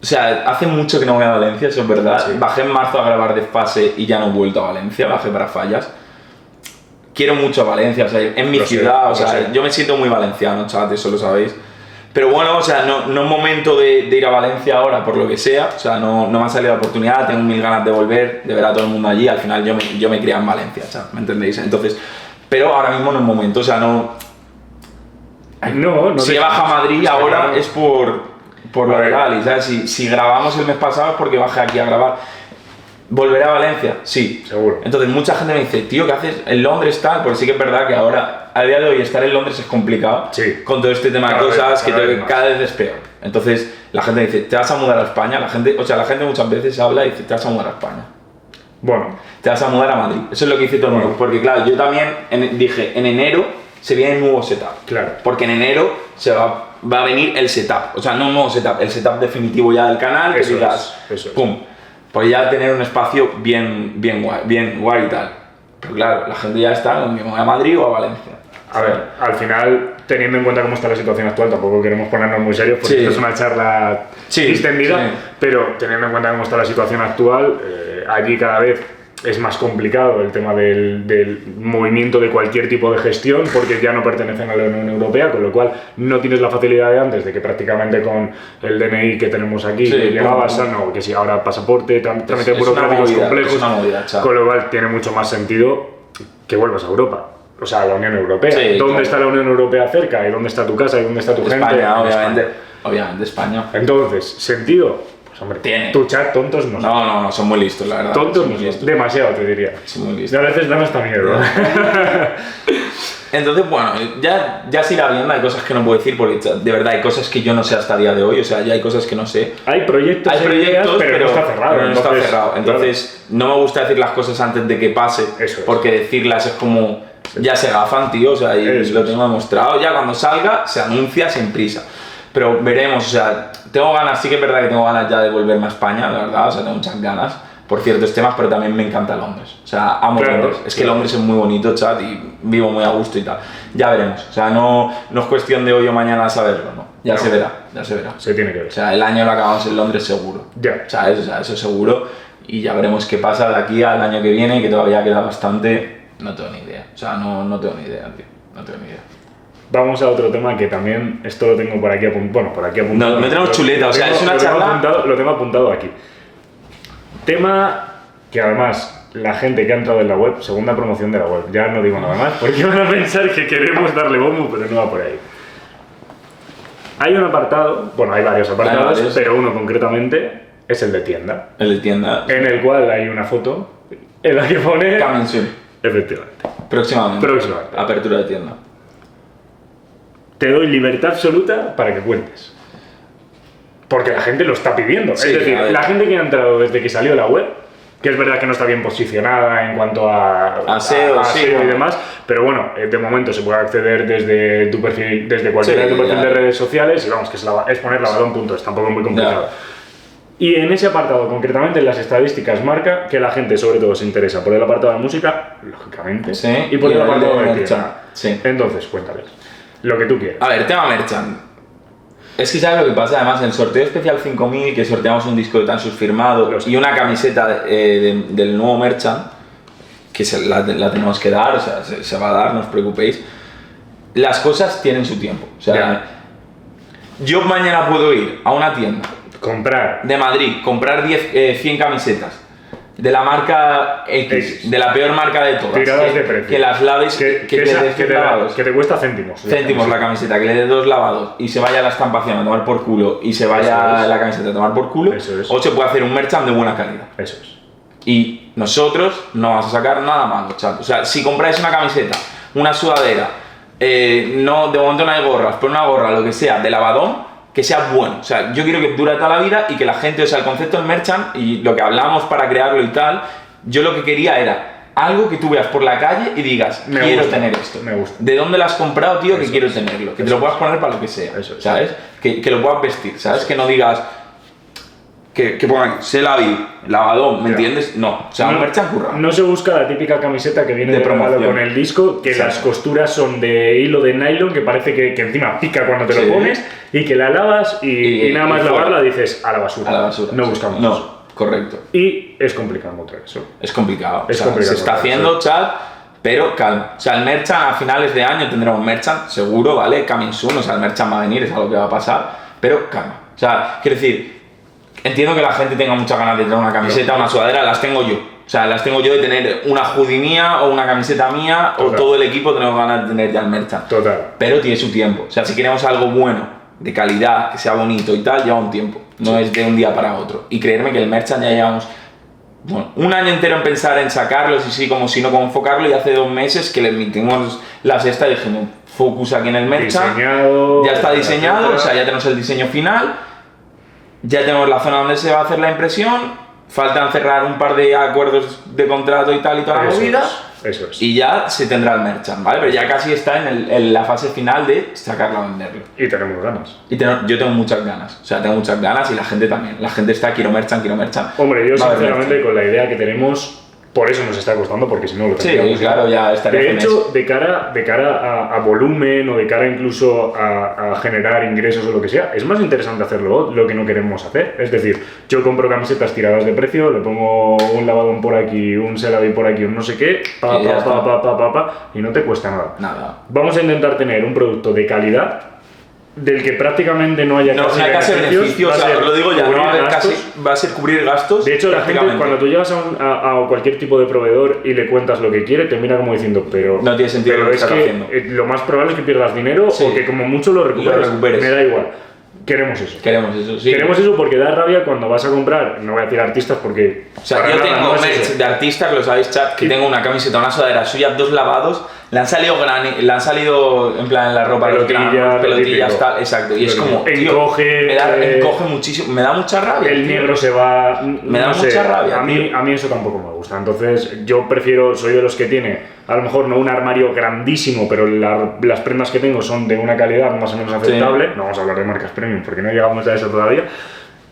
S1: O sea, hace mucho que no voy a Valencia, eso es verdad.
S2: Sí.
S1: Bajé en marzo a grabar desfase y ya no he vuelto a Valencia, bajé para fallas. Quiero mucho a Valencia, o sea, es mi
S2: Lo sé,
S1: ciudad, o
S2: lo
S1: sea,
S2: sé.
S1: yo me siento muy valenciano, chavales, eso lo sabéis. Pero bueno, o sea, no, no es momento de, de ir a Valencia ahora, por lo que sea. O sea, no, no me ha salido la oportunidad, tengo mil ganas de volver, de ver a todo el mundo allí. Al final yo me, yo me crié en Valencia, o sea, ¿me entendéis? Entonces, pero ahora mismo no es momento, o sea, no...
S2: No, no
S1: si
S2: te-
S1: he bajado a Madrid
S2: Está
S1: ahora
S2: claro.
S1: es por, por lo
S2: Vale.
S1: de Gali, ¿sabes? Si, si grabamos el mes pasado es porque bajé aquí a grabar. ¿Volveré a Valencia? Sí.
S2: Seguro.
S1: Entonces mucha gente me dice, tío, ¿qué haces en Londres tal? Porque sí que es verdad que ahora, a día de hoy, estar en Londres es complicado.
S2: Sí.
S1: Con todo este tema de
S2: Cada vez-
S1: cosas que
S2: cada
S1: te-
S2: vez más.
S1: cada vez es peor. Entonces la gente dice, ¿te vas a mudar a España? La gente, o sea, la gente muchas veces habla y dice, ¿te vas a mudar a España?
S2: Bueno,
S1: Te vas a mudar a Madrid. Eso es lo que dice todo el mundo. Porque claro, yo también en- dije, en enero se viene el nuevo setup.
S2: Claro.
S1: Porque en enero se va, va a venir el setup. O sea, no un nuevo setup, el setup definitivo ya del canal. Que
S2: Eso
S1: digas,
S2: es, eso es.
S1: pum. Pues ya tener un espacio bien, bien guay, bien guay y tal. Pero claro, la gente ya está, o me voy a Madrid o a Valencia.
S2: a ver, al final, teniendo en cuenta cómo está la situación actual, tampoco queremos ponernos muy serios porque
S1: Sí.
S2: esto es una charla
S1: Sí,
S2: extendida,
S1: sí.
S2: pero teniendo en cuenta cómo está la situación actual, eh, allí cada vez es más complicado el tema del, del movimiento de cualquier tipo de gestión porque ya no pertenecen a la Unión Europea, con lo cual no tienes la facilidad de antes de que prácticamente con el DNI que tenemos aquí
S1: Sí,
S2: que llegabas
S1: pum,
S2: a no, que si ahora pasaporte, tram- trámites
S1: es una
S2: burocráticos
S1: movida,
S2: complejos,
S1: es una movida, chaval.
S2: con lo cual tiene mucho más sentido que vuelvas a Europa. O sea, a la Unión Europea.
S1: Sí,
S2: ¿Dónde
S1: claro.
S2: está la Unión Europea cerca? ¿Y dónde está tu casa? ¿Y dónde está tu gente? En
S1: Pues España,
S2: España.
S1: obviamente. Obviamente, España.
S2: Entonces, ¿sentido? Pues hombre,
S1: Tiene.
S2: tu chat tontos no son.
S1: No, no, no, son muy listos, la verdad.
S2: Tontos
S1: son
S2: no
S1: muy
S2: son.
S1: listos.
S2: Demasiado, te diría.
S1: Son muy listos.
S2: Y a veces dan hasta miedo. ¿eh?
S1: Entonces, bueno, ya, ya se irá viendo, hay cosas que no puedo decir porque cha- de verdad hay cosas que yo no sé hasta el día de hoy, o sea, ya hay cosas que no sé.
S2: Hay proyectos,
S1: Hay
S2: e ideas,
S1: proyectos,
S2: pero, no está cerrado.
S1: pero no está
S2: entonces,
S1: cerrado. Entonces, no me gusta decir las cosas antes de que pase,
S2: Eso es.
S1: porque decirlas es como, ya se gafan, tío, o sea, y
S2: Eso
S1: lo
S2: es.
S1: tengo demostrado, ya cuando salga se anuncia sin prisa. Pero veremos, o sea, tengo ganas, sí que es verdad que tengo ganas ya de volverme a España, la verdad, o sea, tengo muchas ganas por ciertos temas, pero también me encanta Londres. O sea, amo
S2: Claro,
S1: Londres. Es que
S2: claro.
S1: Londres es muy bonito, chat, y vivo muy a gusto y tal. Ya veremos. O sea, no, no es cuestión de hoy o mañana saberlo, no. Ya
S2: No.
S1: se verá, ya se verá.
S2: claro, Se tiene que ver.
S1: O sea, el año lo acabamos en Londres seguro.
S2: Ya.
S1: ¿Sabes? O sea, eso seguro. Y ya veremos qué pasa de aquí al año que viene, que todavía queda bastante. No tengo ni idea. O sea, no, no tengo ni idea, tío. No tengo ni idea.
S2: Vamos a otro tema que también, esto lo tengo por aquí apuntado. Bueno, por aquí apuntado.
S1: No, no tenemos
S2: Lo-
S1: chuleta, o sea,
S2: tengo-
S1: es una
S2: lo tengo
S1: charla-
S2: apuntado- lo tengo apuntado aquí. Tema que además la gente que ha entrado en la web, segunda promoción de la web, ya no digo nada más, porque van a pensar que queremos darle bombo, pero no va por ahí. Hay un apartado, bueno, hay varios apartados,
S1: varios.
S2: pero uno concretamente es el de tienda,
S1: El de tienda.
S2: en el cual hay una foto en la que pone...
S1: Coming soon.
S2: Efectivamente.
S1: Próximamente.
S2: Próximamente.
S1: Apertura de tienda.
S2: te doy libertad absoluta para que cuentes. Porque la gente lo está pidiendo.
S1: Sí,
S2: es decir,
S1: a ver.
S2: la gente que ha entrado desde que salió la web, que es verdad que no está bien posicionada en cuanto a
S1: A SEO,
S2: a
S1: sí,
S2: SEO y
S1: bueno.
S2: demás, pero bueno, eh, de momento se puede acceder desde tu perfil, desde cualquiera
S1: Sí,
S2: de tu perfil
S1: ya.
S2: de redes sociales, y vamos, que es, la- es poner lavadón.es, tampoco es muy complicado. Y en ese apartado, concretamente en las estadísticas, marca que la gente sobre todo se interesa por el apartado de música, lógicamente,
S1: Sí,
S2: y por
S1: y
S2: el
S1: el
S2: apartado
S1: de
S2: de
S1: merchan,
S2: tienda.
S1: sí.
S2: Entonces, cuéntales lo que tú quieras.
S1: A ver, tema merchant. Es que sabes lo que pasa, además, el sorteo especial 5000, que sorteamos un disco de Tansus firmado
S2: Los-
S1: y una camiseta eh, de- del nuevo merchant, que se la, la tenemos que dar, o sea, se, se va a dar, no os preocupéis. Las cosas tienen su tiempo. O sea,
S2: Ya.
S1: yo mañana puedo ir a una tienda
S2: Comprar.
S1: de Madrid, comprar 10, eh, 100 camisetas, de la marca X,
S2: X.
S1: de la peor marca de todas.
S2: Tiradas
S1: que,
S2: de precio.
S1: que las laves,
S2: Que,
S1: que,
S2: que
S1: le
S2: esa-
S1: des
S2: que te,
S1: dos lavados.
S2: que te cuesta céntimos.
S1: Céntimos la camiseta, que le des dos lavados y se vaya a la estampación a tomar por culo y se
S2: Eso
S1: vaya
S2: es.
S1: la camiseta a tomar por culo,
S2: Eso es.
S1: o se puede hacer un merchant de buena calidad.
S2: Eso es.
S1: Y nosotros no vamos a sacar nada malo, chato. O sea, si compráis una camiseta, una sudadera, eh, no, de momento no hay gorras, pero una gorra, lo que sea, de lavadón, que sea bueno. O sea, yo quiero que dure toda la vida y que la gente, o sea, el concepto del merchant y lo que hablamos para crearlo y tal, yo lo que quería era algo que tú veas por la calle y digas,
S2: Me
S1: quiero
S2: gusta,
S1: tener esto.
S2: me gusta.
S1: ¿De dónde lo has comprado, tío? que
S2: Eso
S1: quiero
S2: es.
S1: tenerlo. Que te
S2: Eso
S1: lo puedas poner para lo que sea.
S2: Eso es.
S1: ¿Sabes? Que, que lo puedas vestir, ¿sabes? Que no digas, que, que pongan Selavi, lavadón, ¿me
S2: Ya.
S1: entiendes? No, o sea, un merchant currado.
S2: no se busca la típica camiseta que viene
S1: De
S2: de regalo
S1: promoción.
S2: con el disco, que
S1: Exacto.
S2: las costuras son de hilo de nylon, que parece que, que encima pica cuando te
S1: Sí.
S2: lo pones, y que la lavas y,
S1: Y-
S2: y nada más
S1: y fuera.
S2: lavarla dices a la basura.
S1: A la basura.
S2: No buscamos eso.
S1: No, correcto.
S2: Y es complicado encontrar eso.
S1: Es complicado.
S2: Es
S1: o sea,
S2: complicado,
S1: se está
S2: claro,
S1: haciendo, chat, pero calma. O sea, el merchant a finales de año tendremos merchant, seguro, ¿vale? Coming soon, o sea, el merchant va a venir, es algo que va a pasar, pero calma. O sea, quiero decir, entiendo que la gente tenga muchas ganas de tener una camiseta, una sudadera, las tengo yo. O sea, las tengo yo de tener una hoodie mía o una camiseta mía o
S2: Total.
S1: todo el equipo tenemos ganas de tener ya el merchant.
S2: Total.
S1: pero tiene su tiempo. O sea, si queremos algo bueno, de calidad, que sea bonito y tal, lleva un tiempo. No es de un día para otro. Y creerme que el merchant ya llevamos bueno, un año entero en pensar en sacarlo, si sí, como si no, como enfocarlo. Y hace dos meses que le emitimos la sexta y dijimos, focus aquí en el merchant.
S2: Diseñado.
S1: Ya está diseñado,
S2: etcétera.
S1: o sea, ya tenemos el diseño final, ya tenemos la zona donde se va a hacer la impresión, faltan cerrar un par de acuerdos de contrato y tal y toda la
S2: Eso
S1: movida.
S2: es, Eso es.
S1: Y ya se tendrá el merchant, ¿vale? Pero ya casi está en, el- en la fase final de sacarlo a venderlo.
S2: Y tenemos ganas.
S1: Y tengo- yo tengo muchas ganas, o sea, tengo muchas ganas y la gente también. La gente está, quiero merchant, quiero merchant.
S2: Hombre, yo
S1: Va a haber
S2: sinceramente con la idea que tenemos, por eso nos está costando, porque si no lo
S1: merchant. Sí,
S2: tendríamos.
S1: claro, ya estaría
S2: De
S1: con
S2: hecho,
S1: eso.
S2: de cara, de cara a, a volumen o de cara incluso a, a generar ingresos o lo que sea, es más interesante hacerlo lo que no queremos hacer. Es decir, yo compro camisetas tiradas de precio, le pongo un lavadón por aquí, un selavi por aquí, un no sé qué, pa,
S1: Y ya
S2: pa,
S1: está.
S2: pa, pa, pa, pa, pa, y no te cuesta nada.
S1: Nada.
S2: Vamos a intentar tener un producto de calidad del que prácticamente no haya
S1: No, no hay casi beneficios,
S2: va
S1: o
S2: a
S1: sea,
S2: ser
S1: os lo digo ya, no va a,
S2: cubrir
S1: haber
S2: gastos.
S1: casi- va a ser cubrir gastos.
S2: De hecho, la gente,
S1: prácticamente.
S2: cuando tú llevas a, un- a- a cualquier tipo de proveedor y le cuentas lo que quiere, te mira como diciendo, pero.
S1: No tiene sentido
S2: pero
S1: lo que
S2: es
S1: estás
S2: que,
S1: haciendo.
S2: eh, Lo más probable es que pierdas dinero
S1: Sí.
S2: o que, como mucho, lo recuperes.
S1: recuperes.
S2: Me da igual. Queremos eso.
S1: Queremos eso, sí.
S2: Queremos eso porque da rabia cuando vas a comprar. No voy a tirar artistas porque.
S1: O sea,
S2: para
S1: yo
S2: nada,
S1: tengo
S2: no eh. es
S1: merch
S2: eso.
S1: de artistas, lo sabéis, chat, que
S2: Y-
S1: tengo una camiseta, una sudadera suya, dos lavados, le han salido grani, le han salido en plan en la ropa, los
S2: Pelotilla,
S1: granos,
S2: lo
S1: pelotillas,
S2: típico.
S1: tal, exacto. Y es
S2: Lo
S1: como,
S2: típico.
S1: tío,
S2: Encoge,
S1: me da,
S2: eh,
S1: encoge muchísimo, me da mucha rabia.
S2: El
S1: tío.
S2: negro se va.
S1: Ah, Me da
S2: no sé,
S1: mucha rabia,
S2: A mí,
S1: tío.
S2: a mí eso tampoco me gusta. Entonces, yo prefiero, soy de los que tiene, a lo mejor no un armario grandísimo, pero la- las prendas que tengo son de una calidad más o menos aceptable. No vamos a hablar de marcas premium porque no llegamos a eso todavía.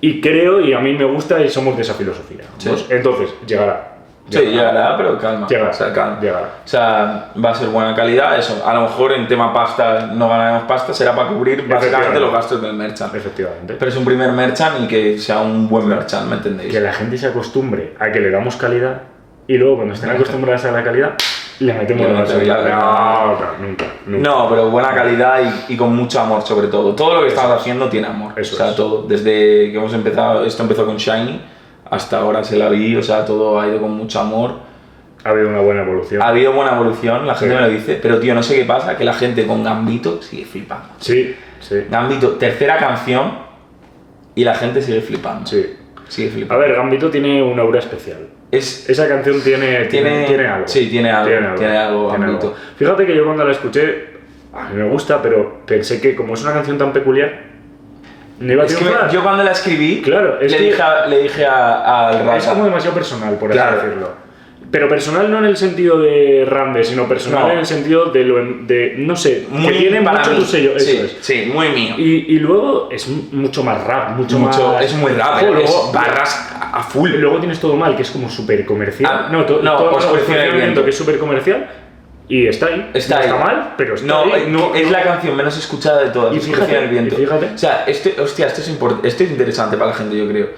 S2: Y creo, y a mí me gusta, y somos de esa filosofía.
S1: Sí.
S2: Pues, entonces, llegará.
S1: Sí, llegará, pero calma.
S2: Llegará,
S1: o sea, calma.
S2: llegará.
S1: O sea, va a ser buena calidad, eso. A lo mejor en tema pasta no ganaremos pasta, será para cubrir básicamente
S2: Efectivamente.
S1: los gastos del merchant.
S2: Efectivamente.
S1: Pero es un primer merchant y que sea un buen merchant, ¿me entendéis?
S2: que la gente se acostumbre a que le damos calidad y luego cuando estén acostumbradas a la calidad, le metemos
S1: Le
S2: la
S1: metemos
S2: gasolina.
S1: la-
S2: No, no, nunca, nunca.
S1: No, pero buena calidad y, y con mucho amor sobre todo. Todo lo que estamos haciendo tiene amor.
S2: Eso
S1: o sea,
S2: es.
S1: todo. Desde que hemos empezado, esto empezó con Shiny, hasta ahora se la vi, o sea, todo ha ido con mucho amor.
S2: Ha habido una buena evolución.
S1: Ha habido buena evolución, la gente
S2: Sí.
S1: me lo dice, pero tío, no sé qué pasa, que la gente con Gambito sigue flipando.
S2: Sí, sí.
S1: Gambito, tercera canción y la gente sigue flipando.
S2: Sí.
S1: Sigue flipando.
S2: A ver, Gambito tiene una aura especial.
S1: Es,
S2: Esa canción tiene, tiene,
S1: Tiene-
S2: tiene algo.
S1: sí, tiene algo, tiene algo, Gambito.
S2: Fíjate que yo cuando la escuché, a mí me gusta, pero pensé que como es una canción tan peculiar, no iba a
S1: es que me-
S2: triunfar.
S1: yo cuando la escribí,
S2: Claro, es
S1: le,
S2: que-
S1: dije a- le dije a- al
S2: Es
S1: Rata,
S2: como demasiado personal, por
S1: Claro.
S2: así decirlo. Pero personal no en el sentido de Rande, sino personal
S1: No.
S2: en el sentido de lo en- de no sé,
S1: muy
S2: que tiene
S1: para
S2: mucho
S1: mí.
S2: tu sello, eso
S1: sí,
S2: es.
S1: sí, muy mío.
S2: Y, y luego es mu- mucho más rap, mucho,
S1: Mucho-
S2: más.
S1: es muy rap,
S2: Luego-
S1: es barras a full.
S2: Luego tienes todo mal, que es como súper comercial.
S1: Ah,
S2: no, to-
S1: no,
S2: todo
S1: Oscuro
S2: mal,
S1: Cielo del
S2: funcionamiento
S1: Viento.
S2: que es súper comercial y está ahí.
S1: Está
S2: no
S1: ahí.
S2: está mal, pero está
S1: no,
S2: ahí.
S1: eh, es la canción menos escuchada de todas.
S2: Y
S1: es
S2: fíjate,
S1: Crucía del viento.
S2: y fíjate.
S1: O sea, esto, hostia, esto es, import- esto es interesante para la gente, yo creo.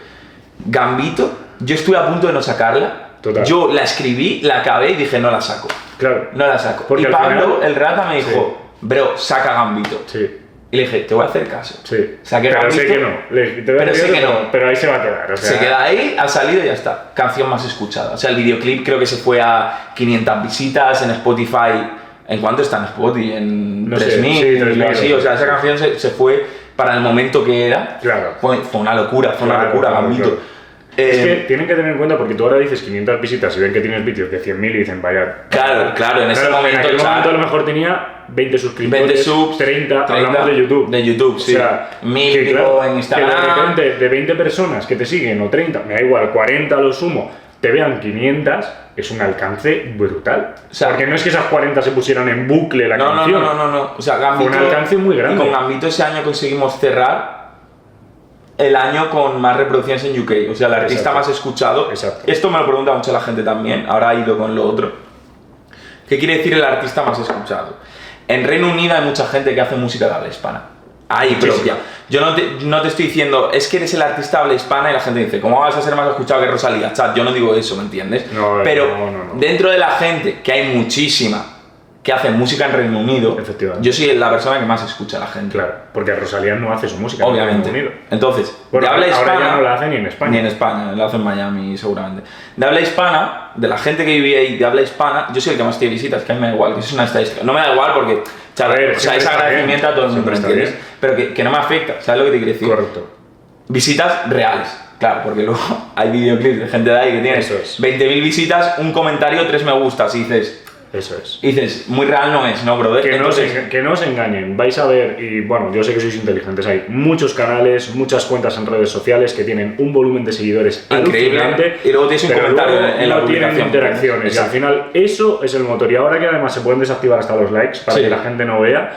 S1: Gambito, yo estuve a punto de no sacarla.
S2: Total.
S1: Yo la escribí, la acabé y dije, no la saco.
S2: Claro.
S1: No la saco.
S2: Porque
S1: y
S2: al
S1: Pablo,
S2: final-
S1: el rata, me dijo, bro, saca Gambito.
S2: Sí.
S1: Y le dije, te voy a hacer caso.
S2: Sí.
S1: O sea, que
S2: pero sé
S1: Ramoncito-
S2: que no. Le- te voy
S1: Pero
S2: a decir
S1: sé que
S2: eso,
S1: no.
S2: Pero ahí se va a quedar. O sea,
S1: Se queda ahí, ha salido y ya está. Canción más escuchada. O sea, el videoclip creo que se fue a 500 visitas en Spotify. ¿En cuánto está en Spotify? En
S2: No sé,
S1: 3000.
S2: sí, 3000,
S1: algo así. O sea, esa
S2: sí.
S1: canción se, se fue para el momento que era.
S2: Claro.
S1: Fue, fue una locura, fue una
S2: Claro,
S1: locura,
S2: claro,
S1: Gambito.
S2: claro.
S1: Eh,
S2: Es que tienen que tener en cuenta porque tú ahora dices 500 visitas y ven que tienes vídeos de 100.000 y dicen, vaya.
S1: Claro, claro, en ese momento,
S2: En aquel
S1: claro.
S2: momento a lo mejor tenía 20 suscriptores,
S1: 20 subs,
S2: 30,
S1: 30,
S2: hablamos de YouTube.
S1: de YouTube, sí.
S2: O sea,
S1: Mil
S2: que,
S1: pico en Instagram.
S2: Que de repente de 20 personas que te siguen o 30, me da igual, 40 a lo sumo, te vean 500, es un alcance brutal.
S1: O sea,
S2: porque no es que esas 40 se pusieran en bucle la
S1: no, no,
S2: canción.
S1: no, no, no, no. O sea, Gambito.
S2: Fue un alcance muy grande.
S1: Con Gambito ese año conseguimos cerrar el año con más reproducciones en UK. O sea, el artista
S2: Exacto.
S1: más escuchado.
S2: Exacto.
S1: Esto me lo pregunta mucho la gente también. Ahora ha ido con lo otro. ¿Qué quiere decir el artista más escuchado? En Reino Unido hay mucha gente que hace música de habla hispana. Ahí
S2: Muchísima.
S1: propia. Yo no te, no te estoy diciendo, es que eres el artista de habla hispana y la gente dice, ¿cómo vas a ser más escuchado que Rosalía? Chat, yo no digo eso, ¿me entiendes?
S2: No,
S1: Pero
S2: no, no, no.
S1: dentro de la gente, que hay muchísima, que hace música en Reino Unido,
S2: Efectivamente.
S1: yo soy la persona que más escucha a la gente.
S2: Claro, porque Rosalía no hace su música. en
S1: Obviamente.
S2: Reino Unido.
S1: Entonces,
S2: Bueno,
S1: de habla
S2: ahora
S1: hispana.
S2: ya no la hacen ni en España.
S1: Ni en España, la hacen en Miami seguramente. De habla hispana, de la gente que vivía ahí de habla hispana, yo soy el que más tiene visitas, que a mí me da igual, que eso es una estadística. No me da igual porque, chaval,
S2: A ver,
S1: o sea,
S2: siempre
S1: es
S2: está
S1: agradecimiento
S2: bien,
S1: a todo el mundo,
S2: siempre
S1: ¿me
S2: está
S1: entiendes?
S2: bien.
S1: Pero que, que no me afecta, ¿sabes lo que te quiero decir?
S2: Correcto.
S1: Visitas reales, claro, porque luego hay videoclips de gente de ahí que tiene
S2: Eso es.
S1: 20.000 visitas, un comentario, tres me gustas, y dices,
S2: Eso es.
S1: y dices, muy real no es, ¿no, brother?
S2: Que no, os
S1: Entonces,
S2: enga- que no os engañen, vais a ver, y bueno, yo sé que sois inteligentes, hay muchos canales, muchas cuentas en redes sociales que tienen un volumen de seguidores
S1: Increíble. ¿eh?
S2: alucinante,
S1: Y luego tienes un
S2: pero
S1: comentario
S2: luego
S1: en la
S2: no tienen
S1: publicación.
S2: interacciones, y al
S1: Exacto.
S2: final eso es el motor, y ahora que además se pueden desactivar hasta los likes para
S1: Sí.
S2: que la gente no vea,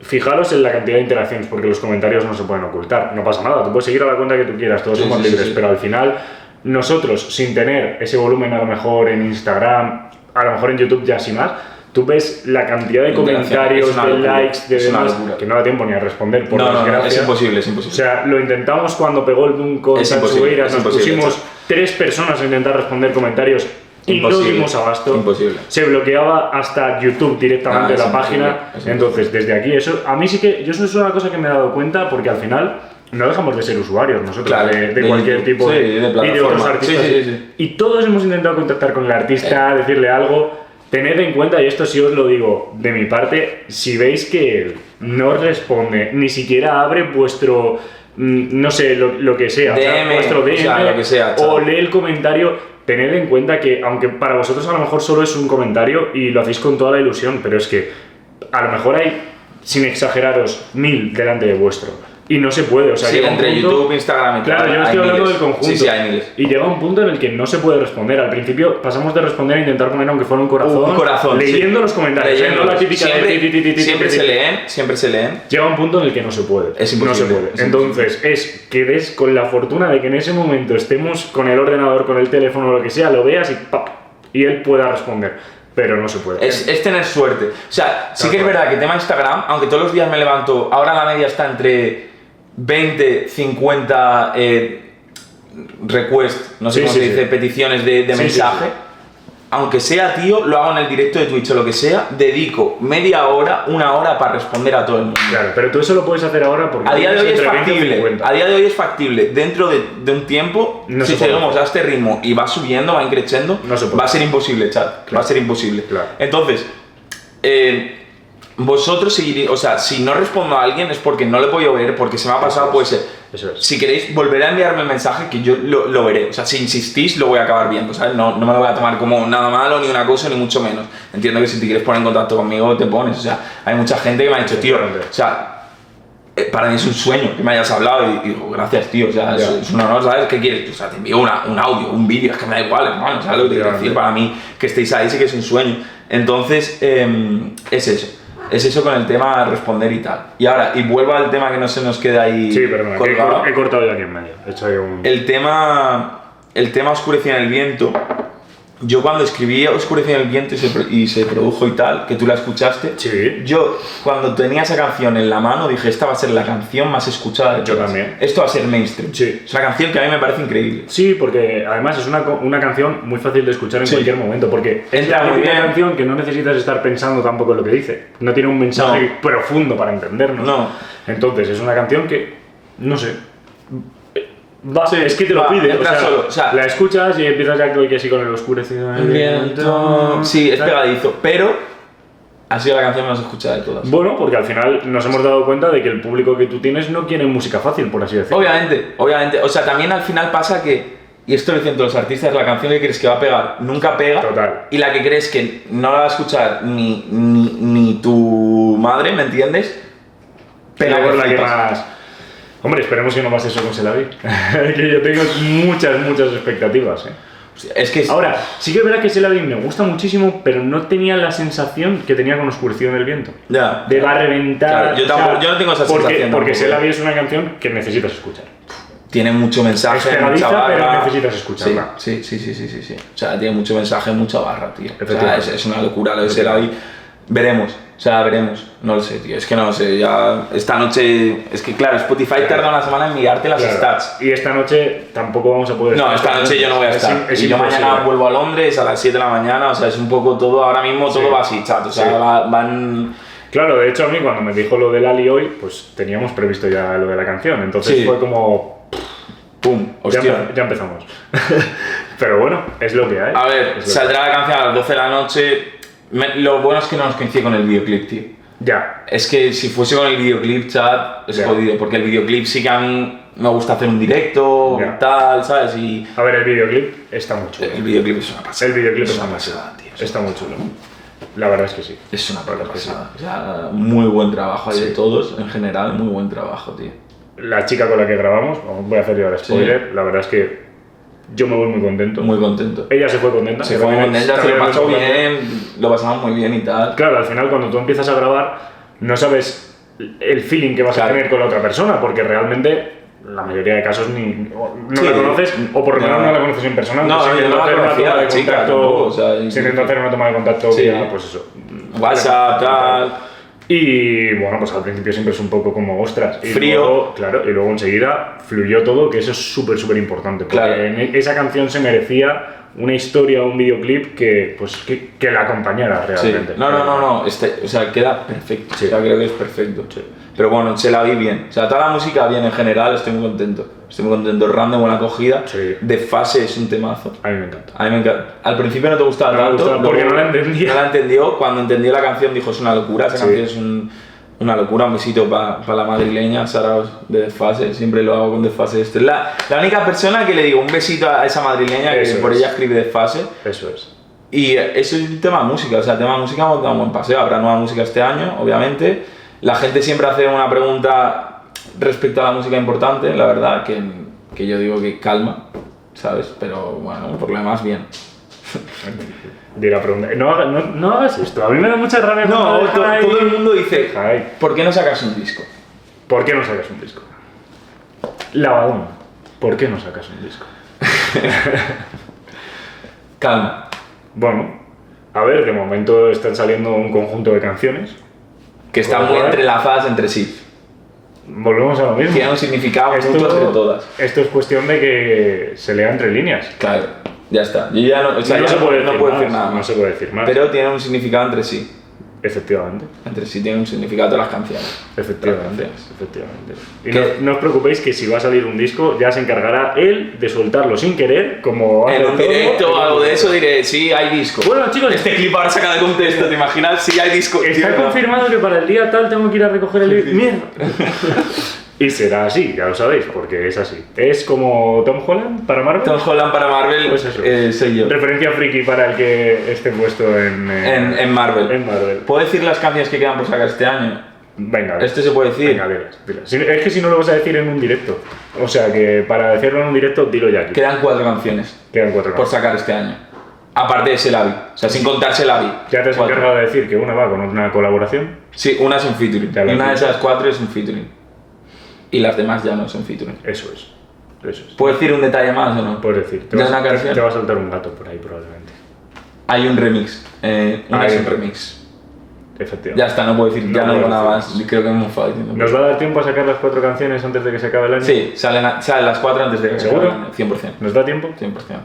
S2: fijaros en la cantidad de interacciones, porque los comentarios no se pueden ocultar, no pasa nada, tú puedes seguir a la cuenta que tú quieras, todos
S1: Sí,
S2: somos
S1: sí, sí,
S2: libres,
S1: sí.
S2: pero al final nosotros, sin tener ese volumen a lo mejor en Instagram, a lo mejor en YouTube ya sin más, tú ves la cantidad de
S1: Interacción.
S2: comentarios,
S1: Es una
S2: de
S1: locura.
S2: likes, de
S1: Es una
S2: demás,
S1: locura.
S2: que no da tiempo ni a responder, por
S1: no, no, no,
S2: desgracia.
S1: es imposible, es imposible.
S2: O sea, lo intentamos cuando pegó el boom con
S1: Es imposible,
S2: Sanchugueira,
S1: es
S2: nos
S1: imposible,
S2: pusimos
S1: chaval.
S2: tres personas a intentar responder comentarios y no
S1: Imposible,
S2: dimos abasto.
S1: imposible.
S2: Se bloqueaba hasta YouTube directamente
S1: Ah, es
S2: la
S1: imposible,
S2: página.
S1: es
S2: Entonces, desde aquí, eso, a mí sí que, yo eso es una cosa que me he dado cuenta porque al final no dejamos de ser usuarios nosotros,
S1: Claro,
S2: de, de
S1: de
S2: cualquier
S1: YouTube,
S2: tipo
S1: sí, de
S2: de, y de otros
S1: plataforma.
S2: artistas.
S1: Sí, sí, sí, sí.
S2: Y todos hemos intentado contactar con el
S1: Eh.
S2: artista, decirle algo. Tened en cuenta, y esto sí os lo digo de mi parte, si veis que no responde, ni siquiera abre vuestro, mm, no sé, lo, lo que sea, o sea,
S1: DM,
S2: vuestro
S1: o sea,
S2: DM,
S1: lo que sea,
S2: o
S1: chaval.
S2: lee el comentario, tened en cuenta que, aunque para vosotros a lo mejor solo es un comentario y lo hacéis con toda la ilusión, pero es que a lo mejor hay, sin exageraros, mil delante de vuestro. Y no se puede, o sea,
S1: Sí,
S2: llega un
S1: entre
S2: punto-
S1: YouTube, Instagram y
S2: Claro,
S1: tal,
S2: yo
S1: Ah, hay
S2: estoy hablando
S1: miles.
S2: del conjunto.
S1: Sí, sí, hay miles.
S2: Y llega un punto en el que no se puede responder. Al principio pasamos de responder a intentar poner, aunque fuera un corazón,
S1: un corazón.
S2: leyendo
S1: sí.
S2: los comentarios. ¿eh? No la
S1: Leyéndolos.
S2: típica de
S1: siempre,
S2: ti, ti, ti, ti, ti,
S1: siempre
S2: ti, ti.
S1: se leen, siempre se leen.
S2: Llega un punto en el que no se puede.
S1: Es
S2: No se
S1: imposible,
S2: puede.
S1: es
S2: Entonces, es que des con la fortuna de que en ese momento estemos con el ordenador, con el teléfono o lo que sea, lo veas y ¡pap! Y él pueda responder. Pero no se puede.
S1: Es, es tener suerte. O sea, sí
S2: Tal
S1: que es
S2: cual.
S1: verdad que tema Instagram, aunque todos los días me levanto, ahora la media está entre 20, 50 eh, requests, no sé
S2: Sí,
S1: cómo
S2: sí,
S1: se
S2: sí.
S1: dice, peticiones de, de
S2: Sí, sí,
S1: mensaje.
S2: sí.
S1: Aunque sea, tío, lo hago en el directo de Twitch o lo que sea, dedico media hora, una hora para responder a todo el mundo.
S2: Claro, pero tú eso lo puedes hacer ahora porque
S1: A día de hoy es
S2: entre 20 y
S1: factible.
S2: 50.
S1: A día de hoy es factible. Dentro de, de un tiempo,
S2: No
S1: si
S2: se puede.
S1: seguimos a este ritmo y va subiendo, va increciendo,
S2: No se puede.
S1: va a ser imposible, chat. Va a
S2: Claro.
S1: ser imposible.
S2: Claro.
S1: Entonces, eh, vosotros seguiréis. O sea, si no respondo a alguien es porque no le he podido ver, porque se me ha pasado, puede ser.
S2: Eso es.
S1: Si queréis, volver a enviarme el mensaje que yo lo, lo veré. O sea, si insistís, lo voy a acabar viendo, ¿sabes? No, no me lo voy a tomar como nada malo, ni una cosa, ni mucho menos. Entiendo que si te quieres poner en contacto conmigo, te pones. O sea, hay mucha gente que me ha dicho, tío, o sea, eh, para mí es un sueño que me hayas hablado y, y digo, gracias, tío, o sea, es,
S2: Ya.
S1: es un honor, ¿sabes? ¿Qué quieres? O sea, te envío una- un audio, un vídeo, es que me da igual, hermano, ¿sabes lo que te quiero decir?
S2: Efectivamente.
S1: Para mí, que estéis ahí sí que es un sueño. Entonces, em, es eso. Es eso con el tema responder y tal. Y ahora, y vuelvo al tema que no se nos queda ahí
S2: Sí, perdona, que he,
S1: colgado.
S2: cor- he cortado ya aquí en medio. He hecho ahí un...
S1: El tema, el tema oscurecido en el viento yo cuando escribí Oscureció en el viento y se, pro- y se produjo y tal, que tú la escuchaste,
S2: Sí.
S1: yo cuando tenía esa canción en la mano dije, esta va a ser la canción más escuchada de
S2: Yo
S1: todas.
S2: también.
S1: Esto va a ser mainstream.
S2: Sí.
S1: Es una canción que a mí me parece increíble.
S2: Sí, porque además es una, co- una canción muy fácil de escuchar en
S1: Sí.
S2: cualquier momento, porque es
S1: Entra
S2: la
S1: muy
S2: típica
S1: bien.
S2: canción que no necesitas estar pensando tampoco en lo que dice. No tiene un mensaje
S1: No.
S2: profundo para entendernos.
S1: No.
S2: Entonces, es una canción que, no sé, va,
S1: Sí,
S2: es que te lo
S1: va,
S2: pide. O
S1: entra
S2: sea,
S1: solo, o sea-
S2: la escuchas y empiezas ya que así con el oscurecido del viento.
S1: Sí, es
S2: ¿sabes?
S1: pegadizo, pero ha sido la canción más escuchada de todas.
S2: Bueno, porque al final nos hemos dado cuenta de que el público que tú tienes no quiere música fácil, por así decirlo.
S1: Obviamente, obviamente. O sea, también al final pasa que, y esto lo dicen todos los artistas, la canción que crees que va a pegar nunca pega.
S2: Total.
S1: Y la que crees que no la va a escuchar ni, ni, ni tu madre, ¿me entiendes?
S2: Pero
S1: que
S2: por la que
S1: flipas.
S2: más. Hombre, esperemos que no pase eso con Selavi. que yo tengo muchas, muchas expectativas. ¿eh?
S1: Es que es-
S2: Ahora, sí que es verdad que Selavi me gusta muchísimo, pero no tenía la sensación que tenía con Oscurecido en el Viento.
S1: Ya.
S2: De va a reventar.
S1: Claro, yo
S2: o sea,
S1: tampoco- yo no tengo esa
S2: porque,
S1: sensación tampoco.
S2: Porque
S1: ¿eh?
S2: Selavi es una canción que necesitas escuchar.
S1: Tiene mucho mensaje,
S2: Es pegadiza,
S1: mucha barra.
S2: pero necesitas escucharla.
S1: Sí, sí, sí, sí, sí, sí, sí. O sea, tiene mucho mensaje, mucha barra, tío. O sea,
S2: Efectivamente.
S1: es, es una locura lo de Selavi.
S2: Efectivamente.
S1: Veremos, o sea, veremos. No lo sé, tío. Es que no lo sé. Ya esta noche. Es que claro, Spotify tarda una semana en mirarte las
S2: Claro.
S1: stats.
S2: Y esta noche tampoco vamos a poder.
S1: No,
S2: estar
S1: esta noche yo no voy a
S2: Es
S1: estar.
S2: im- es
S1: y yo
S2: imposible.
S1: mañana vuelvo a Londres a las 7 de la mañana. O sea, es un poco todo. Ahora mismo todo
S2: Sí.
S1: va así, chat. O sea,
S2: Sí.
S1: va- van.
S2: Claro, de hecho a mí cuando me dijo lo del Ali hoy, pues teníamos previsto ya lo de la canción. Entonces
S1: Sí.
S2: fue como,
S1: ¡Pum!
S2: Ya,
S1: Hostia.
S2: empe- ya empezamos. Pero bueno, es lo que hay.
S1: A ver,
S2: Es lo que-
S1: saldrá la canción a las 12 de la noche. Me- lo bueno es que no nos coincide con el videoclip, tío.
S2: Ya,
S1: Es que si fuese con el videoclip, chat, es
S2: Ya.
S1: jodido, porque el videoclip sí que a mí me gusta hacer un directo,
S2: Ya.
S1: tal, ¿sabes? Y
S2: a ver, el videoclip está muy chulo.
S1: el videoclip es una pasada.
S2: El videoclip
S1: es
S2: está
S1: una
S2: muy
S1: pasada, tío. Es-
S2: Está muy chulo. La verdad es que sí.
S1: Es una puta
S2: Claro que sí.
S1: pasada. O sea, muy buen trabajo hay de
S2: Sí.
S1: todos, en general, muy buen trabajo, tío.
S2: La chica con la que grabamos, vamos, voy a hacer yo ahora spoiler, la verdad es que yo me voy muy contento.
S1: Muy contento.
S2: Ella se fue contenta.
S1: Se
S2: que
S1: fue muy
S2: también es-
S1: contenta, se lo
S2: también es
S1: pasó
S2: importante.
S1: bien, lo pasamos muy bien y tal.
S2: Claro, al final cuando tú empiezas a grabar, no sabes el feeling que vas
S1: Claro.
S2: a tener con la otra persona, porque realmente la mayoría de casos ni o no
S1: Sí.
S2: la conoces o por lo menos
S1: No.
S2: no, la conoces en persona pues
S1: No,
S2: sin
S1: yo no la
S2: hacer una
S1: conocía,
S2: toma de
S1: la chica,
S2: contacto
S1: tampoco, o sea,
S2: sin
S1: incluso-
S2: intentar hacer una toma de contacto
S1: Sí.
S2: vía, pues eso
S1: WhatsApp, tal.
S2: y bueno pues al principio siempre es un poco como ostras y
S1: Frío.
S2: luego, claro y luego enseguida fluyó todo que eso es súper súper importante porque
S1: Claro.
S2: en esa canción se merecía una historia un videoclip que pues que, que la acompañara
S1: Sí.
S2: realmente
S1: No, no, no, no. este- o sea, queda perfecto.
S2: Sí.
S1: O sea, creo que es perfecto. Pero bueno, se la vi bien. O sea, toda la música bien en general, estoy muy contento. Estoy muy contento. Random, buena acogida.
S2: Sí.
S1: De fase es un temazo.
S2: a mí me encanta
S1: A mí me encanta. Al principio no te gustaba
S2: No me
S1: tanto.
S2: gustaba porque
S1: luego
S2: no la entendía.
S1: No la entendió. Cuando entendió la canción dijo, es una locura. Esa
S2: Sí.
S1: canción es un- una locura. Un besito para la madrileña, Sara de Desfase. Siempre lo hago con Desfase. Esta es la, la única persona que le digo un besito a esa madrileña que
S2: Eso
S1: por
S2: es.
S1: ella escribe Desfase.
S2: Eso es.
S1: Y eso es un tema de música, o sea, el tema de música hemos dado un buen paseo, habrá nueva música este año, obviamente. La gente siempre hace una pregunta respecto a la música importante, la verdad, que, que yo digo que calma, ¿sabes? Pero bueno, por lo demás, bien.
S2: Dirá pregunta. No, haga- no, no hagas esto. A mí me da mucha rabia.
S1: No,
S2: cuando
S1: to-
S2: dejan ahí-
S1: todo el mundo dice,
S2: Deja ahí.
S1: ¿por qué no sacas un disco?
S2: ¿Por qué no sacas un disco? Lavadón. ¿Por qué no sacas un disco?
S1: Calma,
S2: Bueno, a ver, de momento están saliendo un conjunto de canciones.
S1: que están muy
S2: Correcto.
S1: entrelazadas entre sí,
S2: Volvemos a lo mismo.
S1: tienen un significado mutuo entre todas.
S2: esto es cuestión de que se lea entre líneas.
S1: Claro, ya está. Yo ya no, o sea,
S2: no
S1: ya
S2: se puede
S1: no
S2: decir
S1: puedo
S2: más,
S1: decir nada
S2: No
S1: más.
S2: se puede decir más.
S1: Pero tienen un significado entre sí,
S2: Efectivamente.
S1: entre sí tienen un significado todas las canciones.
S2: Efectivamente,
S1: Gracias.
S2: efectivamente. Y
S1: ¿Qué?
S2: no, no os preocupéis que si va a salir un disco, ya se encargará él de soltarlo sin querer, como
S1: En
S2: hace
S1: un
S2: todo.
S1: directo o algo de eso diré, sí, hay disco.
S2: Bueno, chicos,
S1: Este clip ahora saca de contexto, ¿te imaginas? Sí, hay disco.
S2: está
S1: tío, ¿no?
S2: confirmado que para el día tal tengo que ir a recoger el
S1: sí.
S2: libro. Mierda. y será así, ya lo sabéis, porque es así. Es como Tom Holland para Marvel.
S1: Tom Holland para Marvel
S2: Pues eso.
S1: eh, soy yo.
S2: Referencia friki para el que esté puesto en, eh,
S1: En, en Marvel.
S2: en Marvel.
S1: ¿Puedo decir las canciones que quedan por sacar este año?
S2: Venga,
S1: Esto Este se puede decir.
S2: venga, dilas, dilas. Si- Es que si no lo vas a decir en un directo. O sea que para decirlo en un directo, dilo ya aquí.
S1: Quedan cuatro canciones
S2: Quedan cuatro
S1: por
S2: más.
S1: sacar este año. Aparte de Selavi. O sea, sin contar Selavi.
S2: Ya te has
S1: Cuatro.
S2: encargado de decir que una va con una colaboración.
S1: Sí, una es un featuring.
S2: Ya lo has
S1: Una de
S2: dicho.
S1: esas cuatro es un featuring. Y las demás ya no son featuring.
S2: Eso es. Eso es.
S1: ¿Puedo decir un detalle más o no?
S2: Puedes decir. Te
S1: ¿De
S2: vas,
S1: una
S2: te-
S1: canción?
S2: te va a saltar un gato por ahí probablemente.
S1: hay un remix. Eh, una
S2: Hay
S1: es
S2: un
S1: un remix.
S2: Efectivamente.
S1: Ya está, no puedo decir, ya
S2: No
S1: no digo nada
S2: decimos.
S1: más. Creo que me he enfadado diciendo.
S2: ¿Nos va a dar tiempo a sacar las cuatro canciones antes de que se acabe el año?
S1: Sí, salen, a- salen las cuatro antes de que se
S2: ¿Seguro?
S1: acabe el año, 100%.
S2: ¿Nos da tiempo?
S1: 100%.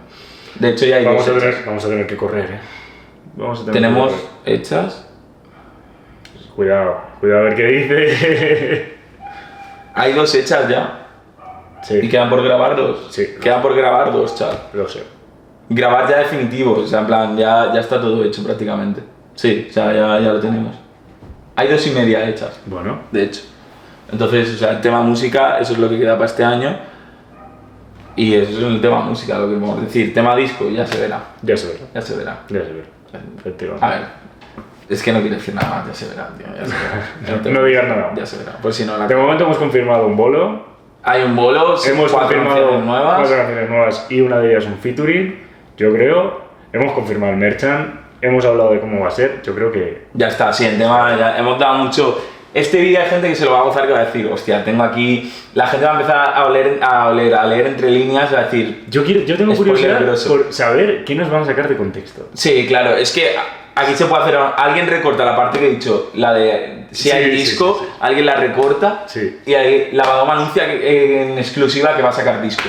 S1: De hecho, ya hay
S2: Vamos
S1: dos
S2: a,
S1: hechas.
S2: tener, vamos a tener que correr, ¿eh? Vamos a tener
S1: Tenemos
S2: que correr.
S1: hechas.
S2: Cuidado, cuidado a ver qué dice.
S1: Hay dos hechas ya.
S2: sí,
S1: Y quedan por grabar dos.
S2: Sí.
S1: Quedan por grabar dos, chaval.
S2: lo sé.
S1: Grabar ya definitivos, o sea, en plan, ya, ya está todo hecho prácticamente. Sí, o sea, ya, ya lo tenemos. Hay dos y media hechas,
S2: Bueno,
S1: de hecho. Entonces, o sea, el tema música, eso es lo que queda para este año. Y eso es el tema música, lo que podemos decir. Tema disco, ya se verá,
S2: ya se verá.
S1: ya se verá.
S2: Ya se verá.
S1: A
S2: Efectivamente.
S1: ver, es que no quiero decir nada más, ya se verá, tío, ya se verá. te-
S2: No digas nada.
S1: Ya se verá, por si no la...
S2: De momento hemos confirmado un bolo.
S1: Hay un bolo,
S2: Hemos
S1: cuatro
S2: confirmado
S1: canciones nuevas.
S2: cuatro canciones nuevas y una de ellas un featuring, yo creo. Hemos confirmado el merchant, hemos hablado de cómo va a ser, yo creo que...
S1: Ya está, sí, el tema, ya hemos dado mucho. Este vídeo hay gente que se lo va a gozar que va a decir, hostia, tengo aquí. La gente va a empezar a oler, a, oler, a leer entre líneas, va a decir,
S2: Yo, quiero, yo tengo
S1: Spoiler
S2: curiosidad
S1: grosso.
S2: por saber qué nos van a sacar de contexto.
S1: sí, claro, es que a- aquí se puede hacer. Alguien recorta la parte que he dicho, la de si
S2: Sí,
S1: hay
S2: sí,
S1: disco,
S2: sí, sí.
S1: alguien la recorta
S2: Sí.
S1: y ahí la Badoma anuncia que- eh, en exclusiva que va a sacar disco.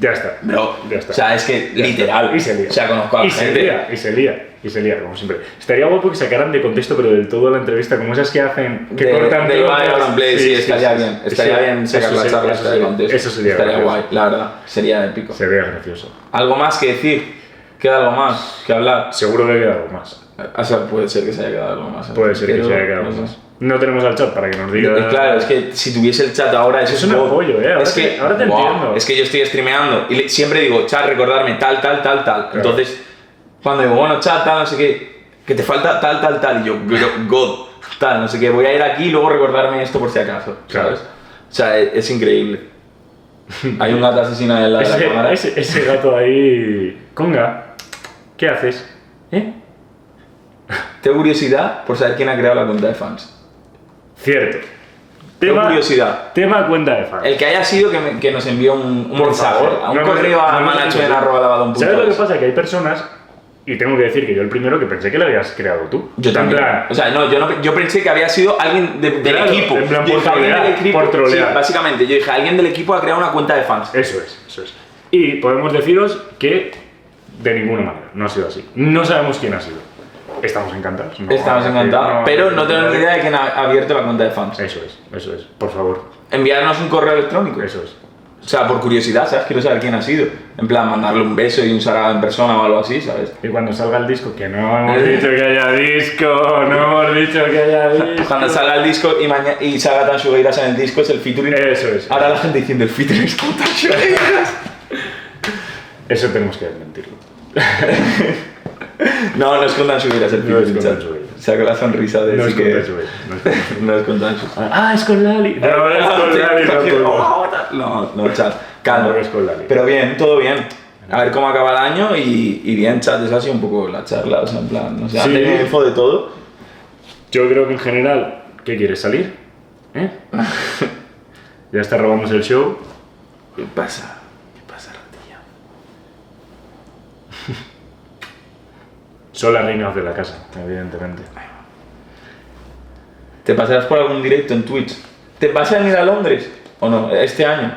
S2: Ya está.
S1: Bro,
S2: Ya está.
S1: o sea, es que
S2: Ya
S1: literal.
S2: está. Y se lía.
S1: O sea, conozco a la
S2: y se
S1: gente.
S2: lía, y se lía, y se lía, como siempre. Estaría guapo que sacaran de contexto, pero del todo la entrevista, como esas que hacen, que
S1: de,
S2: cortan
S1: de
S2: todo.
S1: Ibai Oran Play, sí, estaría
S2: sí,
S1: bien.
S2: sí.
S1: Estaría
S2: Eso-
S1: bien sacar
S2: eso
S1: la
S2: sería-
S1: charla
S2: eso
S1: esta de
S2: sería-
S1: contexto.
S2: Eso sería
S1: Estaría
S2: gracioso.
S1: guay, la verdad. Sería épico.
S2: Sería gracioso.
S1: ¿Algo más que decir? ¿Queda algo más que hablar?
S2: Seguro debe haber algo más.
S1: O sea, puede ser que se haya quedado algo más.
S2: Puede ser que
S1: Pero,
S2: se haya quedado
S1: no sé.
S2: más. No tenemos al chat para que nos
S1: Y-
S2: diga.
S1: y Claro, es que si tuviese el chat ahora, eso
S2: Es un
S1: God.
S2: apoyo, ¿eh? Ahora
S1: es
S2: te-
S1: que,
S2: ahora te
S1: Buah,
S2: entiendo.
S1: Es que yo estoy streameando y le- siempre digo, chat, recordarme tal, tal, tal, tal. Entonces, cuando digo, bueno, chat, tal, no sé qué, que te falta tal, tal, tal, y yo, "Gro- God, tal, no sé qué, voy a ir aquí y luego recordarme esto por si acaso,
S2: Claro.
S1: ¿sabes? O sea, es, es increíble. Hay un gato asesino en la, de la cámara.
S2: Ese, ese- ese gato ahí. Conga, ¿qué haces? ¿Eh?
S1: Tengo curiosidad por saber quién ha creado la cuenta de fans.
S2: Cierto.
S1: Tengo
S2: Tema,
S1: curiosidad.
S2: tema cuenta de fan.
S1: El que haya sido que, me- que nos envíe un, un
S2: Por
S1: mensaje,
S2: favor,
S1: a un
S2: no me-
S1: correo a
S2: no me-
S1: management@lavadon.es.
S2: ¿Sabes lo que pasa? Que hay personas, y tengo que decir que yo el primero que pensé que lo habías creado tú.
S1: Yo
S2: En
S1: también.
S2: plan,
S1: O sea, no yo, no, yo pensé que había sido alguien de- del
S2: Claro,
S1: equipo.
S2: en plan,
S1: Yo
S2: por
S1: dije, alguien
S2: trolear,
S1: del equipo-
S2: por trolear. Eh,
S1: Sí, básicamente, yo dije, alguien del equipo ha creado una cuenta de fans.
S2: Eso es, eso es. Y podemos deciros que de ninguna manera no ha sido así. No sabemos quién ha sido. Estamos encantados. no, eh,
S1: Estamos
S2: no,
S1: encantados, pero no tenemos ni
S2: no. eh.
S1: idea de quién ha abierto la cuenta de fans.
S2: Eso es, eso es. Por favor,
S1: Enviarnos un correo electrónico.
S2: eso es.
S1: O sea, por curiosidad, ¿sabes? Quiero saber quién ha sido. En plan, mandarle un beso y un sagrado en persona o algo así, ¿sabes?
S2: Y cuando salga el disco, que no hemos dicho que haya disco, no hemos dicho que haya disco.
S1: Cuando salga el disco y, maña- y salga Tan Sugeiras en el disco, es el featuring.
S2: Eso es.
S1: Ahora la gente diciendo, el featuring es con Tan Sugeiras".
S2: Eso tenemos que desmentirlo.
S1: No, no es con Dan Subiras el
S2: No es con
S1: Pipo,
S2: Dan Subiras.
S1: Saco la sonrisa de
S2: No
S1: sí
S2: es con
S1: que-
S2: Dan Subiras, no es con Dan
S1: No es con Dan Subiras.
S2: Ah, es con Lali. No, es con Lali.
S1: Oh.
S2: tampoco.
S1: No, no, chat. Calma.
S2: No es con Lali.
S1: Pero bien, todo bien. A ver cómo acaba el año y, y bien, chat. Esa ha sido un poco la charla. O sea, en plan, no sé, ha
S2: Sí.
S1: tenido info de todo.
S2: Yo creo que en general, ¿qué quieres? ¿Salir? ¿Eh? ya está, robamos el show.
S1: ¿Qué pasa? ¿Qué pasa, ratilla?
S2: Son las reinas de la casa, evidentemente.
S1: ¿Te pasarás por algún directo en Twitch? ¿Te vas a ir a Londres? ¿O no? Este año.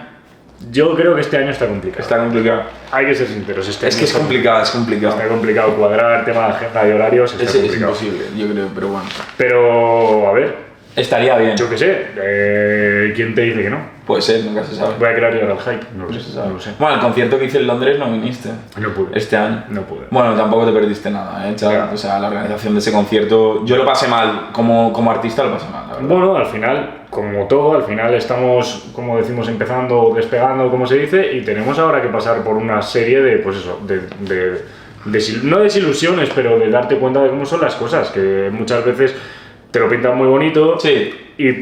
S2: Yo creo que este año está complicado.
S1: Está complicado.
S2: Hay que ser sinceros. Este
S1: Es
S2: año
S1: que es
S2: está-
S1: complicado, es complicado.
S2: Está complicado cuadrar, tema de agenda y horarios. Está
S1: Es, es
S2: complicado.
S1: imposible, yo creo, pero bueno.
S2: Pero, a ver,
S1: Estaría bien.
S2: yo qué sé. eh, ¿Quién te dice que no?
S1: Puede ser, nunca se sabe.
S2: Voy a crear yo ahora el hype. No lo
S1: se
S2: sé,
S1: sabe.
S2: no lo sé.
S1: Bueno, el concierto que hice en Londres no viniste
S2: No pude.
S1: este año.
S2: No pude.
S1: Bueno, tampoco te perdiste nada, ¿eh, chaval?
S2: Claro.
S1: O sea, la organización de ese concierto, yo lo pasé mal, como, como artista lo pasé mal, la verdad.
S2: Bueno, al final, como todo, al final estamos, como decimos, empezando, o despegando, como se dice, y tenemos ahora que pasar por una serie de, pues eso, de, de- desil- no desilusiones, pero de darte cuenta de cómo son las cosas, que muchas veces te lo pintan muy bonito
S1: Sí,
S2: y,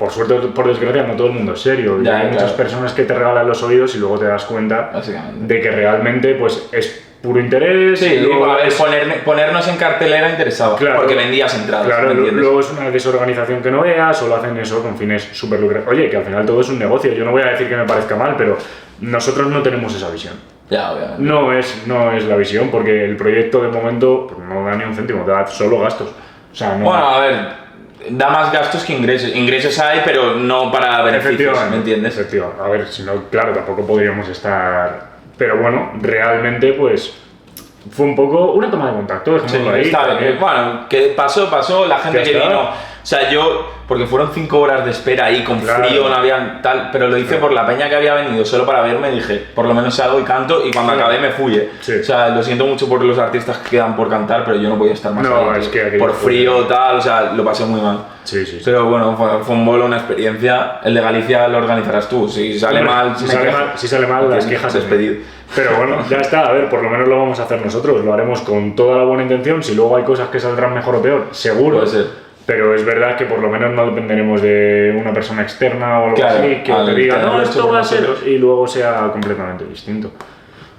S2: por suerte o por desgracia, no todo el mundo es serio. y
S1: Ya,
S2: hay
S1: claro.
S2: muchas personas que te regalan los oídos y luego te das cuenta
S1: básicamente.
S2: de que realmente, pues, es puro interés.
S1: Sí,
S2: y luego
S1: digo, a ver,
S2: es-
S1: ponerme- ponernos en cartelera interesaba,
S2: Claro.
S1: porque vendías entradas, ¿me
S2: Claro, lo-
S1: entiendes?
S2: luego es una desorganización que no veas, o lo hacen eso con fines súper lucrativos. Oye, que al final todo es un negocio. Yo no voy a decir que me parezca mal, pero nosotros no tenemos esa visión.
S1: Ya, obviamente.
S2: No es, no es la visión, porque el proyecto de momento pues, no da ni un céntimo, da solo gastos. O sea, no.
S1: Bueno, a ver, da más gastos que ingresos. Ingresos hay, pero no para beneficios, ¿me entiendes?
S2: efectivamente. A ver, si no, claro, tampoco podríamos estar. Pero bueno, realmente, pues. Fue un poco una toma de contacto,
S1: Sí,
S2: dejémoslo ahí.
S1: está bien.
S2: también.
S1: Bueno, que pasó, pasó, la gente
S2: Ya
S1: que
S2: está.
S1: vino. O sea, yo, porque fueron cinco horas de espera ahí con
S2: Claro.
S1: frío, no había tal, pero lo hice
S2: Claro.
S1: por la peña que había venido, solo para verme, dije, por lo menos salgo y canto, y cuando
S2: Claro.
S1: acabé me fui, eh.
S2: Sí.
S1: O sea, lo siento mucho por los artistas que quedan por cantar, pero yo no podía estar más
S2: No,
S1: adentro.
S2: es que aquello
S1: Por
S2: fue-
S1: frío, tal, o sea, lo pasé muy mal.
S2: Sí, sí. sí.
S1: Pero bueno, fue, fue un bolo, una experiencia. El de Galicia lo organizarás tú. Si sale
S2: Hombre,
S1: mal,
S2: si
S1: me
S2: sale
S1: quejo.
S2: mal, si sale mal, las quejas en mí.
S1: Despedido.
S2: Pero bueno, ya está, a ver, por lo menos lo vamos a hacer nosotros, lo haremos con toda la buena intención, si luego hay cosas que saldrán mejor o peor, seguro.
S1: Puede ser.
S2: Pero es verdad que por lo menos no dependeremos de una persona externa o algo
S1: Claro,
S2: así que
S1: al
S2: te diga,
S1: tenerlo
S2: no,
S1: hecho
S2: esto
S1: por
S2: va a ser
S1: nosotros".
S2: y luego sea completamente distinto.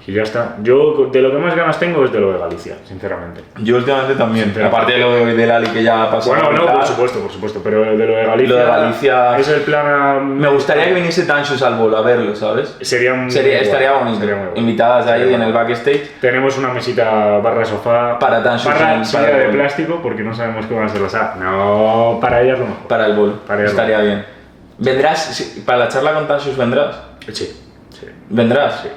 S2: Y ya está. Yo de lo que más ganas tengo es de lo de Galicia, sinceramente.
S1: Yo últimamente también.
S2: Sincero.
S1: Aparte de lo de del Ali que ya pasó.
S2: Bueno,
S1: y
S2: no,
S1: tal.
S2: por supuesto, por supuesto, pero de lo de Galicia,
S1: Lo de Galicia-
S2: es el plan a-
S1: Me gustaría que viniese Tanchus al bolo a verlo, ¿sabes?
S2: Sería, muy
S1: Sería,
S2: guay,
S1: estaría bonito.
S2: sería muy guay.
S1: Invitadas ahí
S2: Sería
S1: en el
S2: guay.
S1: backstage.
S2: Tenemos una mesita barra sofá.
S1: Para tan
S2: Barra
S1: sutil,
S2: silla
S1: para-
S2: de plástico porque no sabemos qué van a ser las A. No, para ellas lo mejor.
S1: Para el bolo.
S2: Para el bolo.
S1: estaría bien. ¿Vendrás? Sí, ¿Para la charla con Tanchus vendrás?
S2: Sí, sí,
S1: ¿Vendrás?
S2: sí.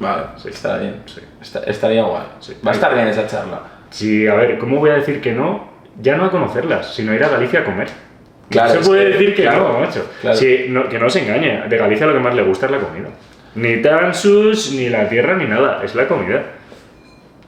S1: Vale,
S2: Sí.
S1: estará bien.
S2: Sí.
S1: Esta- estaría guay.
S2: Sí.
S1: Va a estar bien esa charla.
S2: Sí, a ver, ¿cómo voy a decir que no? Ya no a conocerlas, sino a ir a Galicia a comer.
S1: Claro,
S2: no
S1: es
S2: se puede
S1: que-
S2: decir que
S1: claro,
S2: no, macho.
S1: claro.
S2: Sí, no- que no se engañe. De Galicia lo que más le gusta es la comida. Ni tan sus, ni la tierra, ni nada. Es la comida.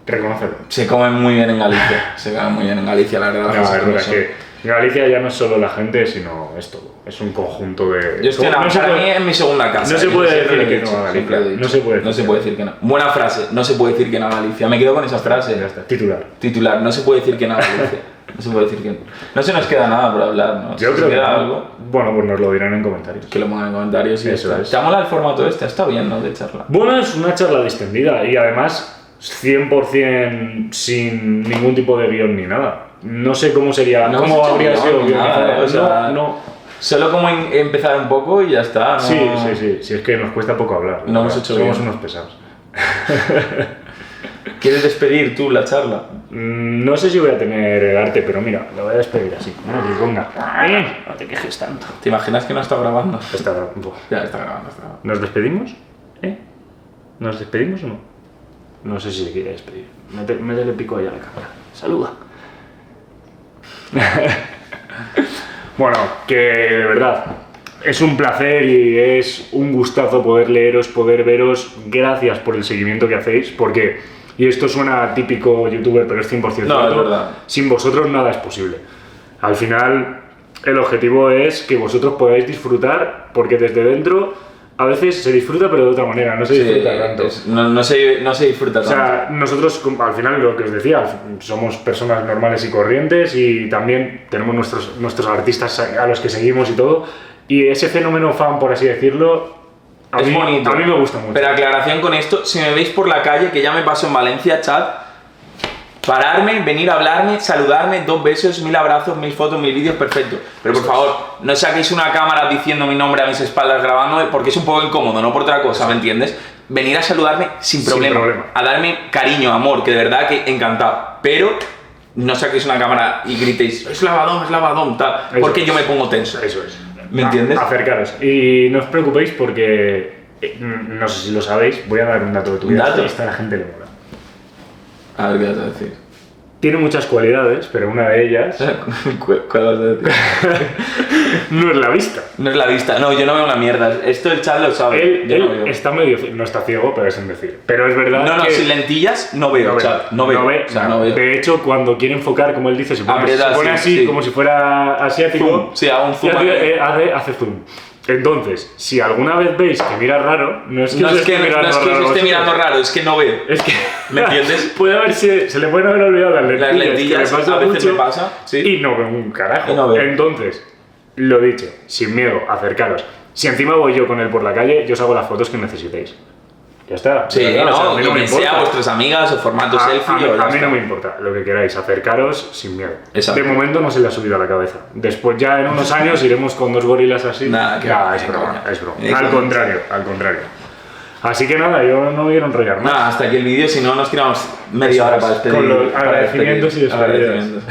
S2: Reconócelo.
S1: Se come muy bien en Galicia. Se come muy bien en Galicia, la verdad. las
S2: No,
S1: cosas
S2: es
S1: como
S2: verdad
S1: son.
S2: que Galicia ya no es solo la gente, sino es todo. Es un conjunto de.
S1: Yo estoy
S2: ¿Cómo-
S1: enamorado,
S2: no se
S1: para
S2: puede-
S1: mí es mi segunda casa.
S2: no se
S1: Yo
S2: puede
S1: siempre
S2: decir
S1: lo he
S2: que no
S1: dicho,
S2: a Galicia.
S1: siempre lo he dicho.
S2: No se puede decir
S1: No se
S2: que
S1: puede
S2: no.
S1: decir que no. Buena frase. No se puede decir que no a Galicia. Me quedo con esa frase.
S2: Ya está, titular.
S1: Titular. No se puede decir que no a Galicia. No se puede decir que no. No se nos queda nada por hablar, ¿no? Si
S2: Yo
S1: se
S2: creo que.
S1: queda
S2: no.
S1: algo
S2: Bueno, pues nos lo dirán en comentarios.
S1: que lo pongan en comentarios y ya
S2: Eso
S1: está.
S2: es.
S1: ¿Te ha molado el formato este? Está bien, ¿no? De charla.
S2: Bueno, es una charla distendida y además 100% sin ningún tipo de guión ni nada. No sé cómo sería,
S1: No
S2: cómo
S1: hemos hecho
S2: habría
S1: guión
S2: sido
S1: ni
S2: guionizado.
S1: nada, o sea,
S2: no, no.
S1: Solo como en- empezar un poco y ya está. ¿no?
S2: Sí, sí, sí, sí, es que nos cuesta poco hablar. la
S1: No hemos
S2: verdad.
S1: hecho
S2: Somos
S1: guión.
S2: unos pesados.
S1: ¿Quieres despedir tú la charla?
S2: Mm, No sé si voy a tener el arte, pero mira, lo voy a despedir así. Bueno, que ponga. "Eh, No te quejes tanto.
S1: ¿Te imaginas que no está grabando?
S2: Está buah.
S1: Ya, está grabando, está grabando.
S2: ¿Nos despedimos? ¿Eh? ¿Nos despedimos o no? No sé si se quiere despedir. Mete- Métele pico allá a la cámara. Saluda. bueno, que de verdad. Es un placer y es un gustazo poder leeros, poder veros. Gracias por el seguimiento que hacéis, porque, y esto suena típico youtuber, pero es 100%
S1: No,
S2: cierto,
S1: es verdad.
S2: sin vosotros nada es posible. Al final, el objetivo es que vosotros podáis disfrutar, porque desde dentro a veces se disfruta, pero de otra manera, no se
S1: Sí,
S2: disfruta tanto.
S1: es- no, no se, no se disfruta
S2: O
S1: tanto.
S2: sea, nosotros, como- al final, lo que os decía, somos personas normales y corrientes y también tenemos nuestros, nuestros artistas a los que seguimos y todo. Y ese fenómeno fan, por así decirlo, a,
S1: es
S2: mí,
S1: bonito.
S2: a mí me gusta mucho.
S1: Pero aclaración con esto, si me veis por la calle, que ya me paso en Valencia, chat, pararme, venir a hablarme, saludarme, dos besos, mil abrazos, mil fotos, mil vídeos, perfecto. Pero por favor, no saquéis una cámara diciendo mi nombre a mis espaldas grabándome, porque es un poco incómodo, no por otra cosa, ¿me entiendes? Venir a saludarme sin
S2: Sin
S1: problema,
S2: problema.
S1: a darme cariño, amor, que de verdad que encantado. Pero no saquéis una cámara y gritéis, es lavadón, es lavadón, tal,
S2: Eso
S1: porque
S2: es.
S1: yo me pongo tenso.
S2: Eso es.
S1: ¿Me
S2: A-
S1: entiendes?
S2: Acercaros. Y no os preocupéis porque, eh, no sé si lo sabéis, voy a dar un dato de tu
S1: ¿Un
S2: vida.
S1: dato?
S2: Esta a la gente le mola.
S1: A ver qué vas a decir.
S2: Tiene muchas cualidades, pero una de ellas
S1: ¿Cuál cuál vas a decir?
S2: no es la vista.
S1: No es la vista, no, yo no veo una mierda. Esto el chat lo sabe.
S2: Él,
S1: yo
S2: él
S1: no veo.
S2: está medio. ci- No está ciego, pero es un decir. Pero es verdad.
S1: No, no,
S2: que
S1: sin lentillas no veo,
S2: no ve,
S1: chat. No veo.
S2: no ve
S1: o sea,
S2: nada.
S1: no veo.
S2: De hecho, cuando quiere enfocar, como él dice, se pone,
S1: Aprieta
S2: se pone
S1: así,
S2: así,
S1: sí.
S2: como si fuera asiático.
S1: Zoom, sí, hago un zoom
S2: y
S1: ahí.
S2: hace, eh, hace, hace zoom. Entonces, si alguna vez veis que mira raro, no es que
S1: no
S2: os
S1: es que,
S2: esté
S1: no
S2: mirando
S1: es que
S2: raro
S1: se esté
S2: vosotros.
S1: mirando raro, es que no veo.
S2: Es que.
S1: ¿Me entiendes?
S2: puede haber sido- se le pueden haber olvidado las lentillas.
S1: Las lentillas
S2: que le pasa
S1: a veces
S2: mucho,
S1: me pasa. Sí.
S2: Y no veo un carajo.
S1: Y no veo.
S2: Entonces, lo dicho, sin miedo, acercaros. Si encima voy yo con él por la calle, yo os hago las fotos que necesitéis. Ya está.
S1: sí,
S2: Ya está,
S1: no,
S2: o sea, a mí
S1: quien
S2: me
S1: sea,
S2: importa.
S1: vuestras amigas o formato
S2: A-
S1: selfie.
S2: a, mí-
S1: o ya
S2: a mí
S1: está.
S2: no me importa, lo que queráis, acercaros sin miedo.
S1: Exacto.
S2: De momento no se le ha subido a la cabeza. Después ya en unos años iremos con dos gorilas así.
S1: Nada, que
S2: Nah,
S1: va,
S2: es
S1: que
S2: broma,
S1: coña.
S2: es broma.
S1: Ni de
S2: Al
S1: coña.
S2: contrario, al contrario. Así que nada, yo no voy a enrollar más.
S1: Nada, hasta aquí el vídeo, si no nos tiramos media hora para despedir.
S2: Con los
S1: para
S2: agradecimientos y
S1: despedir.
S2: despedidas.
S1: Agradecimientos.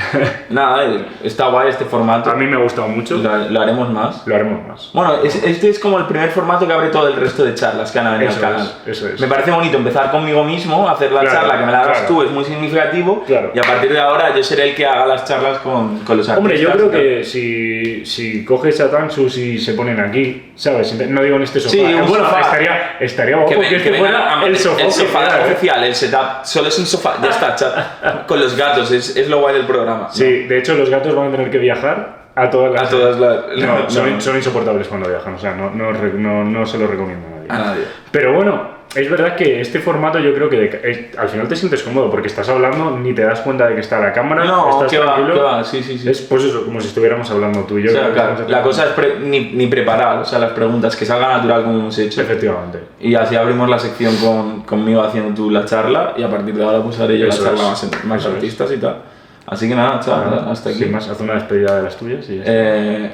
S1: Nada, eh, está guay este formato.
S2: A mí me ha gustado mucho.
S1: Lo, lo haremos más.
S2: Lo haremos más.
S1: Bueno, es- este es como el primer formato que abre todo el resto de charlas que han venido
S2: Eso
S1: al canal.
S2: es, eso es.
S1: Me parece bonito empezar conmigo mismo, hacer la
S2: Claro,
S1: charla que me la hagas
S2: claro.
S1: tú, es muy significativo.
S2: Claro.
S1: Y a partir de ahora yo seré el que haga las charlas con, con los artistas.
S2: Hombre, yo
S1: y
S2: creo
S1: tal.
S2: que si, si coges a Tansus y se ponen aquí, ¿sabes? No digo en este sofá.
S1: Sí, un
S2: Eh, bueno,
S1: sofá.
S2: estaría, estaría guapo
S1: Que,
S2: que,
S1: ven- que
S2: este
S1: vengan
S2: fuera
S1: a-
S2: el sofá.
S1: el
S2: oficial, ¿eh?
S1: oficial, el setup. Solo es un sofá, ya está, chat. Con los gatos, es, es lo guay del programa.
S2: Sí, de hecho los gatos van a tener que viajar a todas las...
S1: A todas las-
S2: No,
S1: no,
S2: son,
S1: no.
S2: son insoportables cuando viajan, o sea, no, no, re- no- no se lo recomiendo a nadie.
S1: A nadie.
S2: Pero bueno, es verdad que este formato yo creo que de ca- es- al final te sientes cómodo porque estás hablando, ni te das cuenta de que está la cámara,
S1: No,
S2: estás
S1: que va,
S2: tranquilo.
S1: que va, sí, sí, sí.
S2: Es pues eso, como si estuviéramos hablando tú y yo.
S1: O sea,
S2: que
S1: claro,
S2: estamos
S1: la
S2: haciendo-
S1: cosa es pre- ni, ni preparar, o sea, las preguntas, que salga natural como hemos hecho.
S2: Efectivamente.
S1: Y así abrimos la sección con, conmigo haciendo tú la charla y a partir de ahora pues haré yo
S2: Eso
S1: la charla
S2: es.
S1: más, más
S2: Eso es.
S1: artistas y tal. Así que nada, chaval, Ah, hasta aquí.
S2: Sin más, haz una despedida de las tuyas y ya está.
S1: Eh,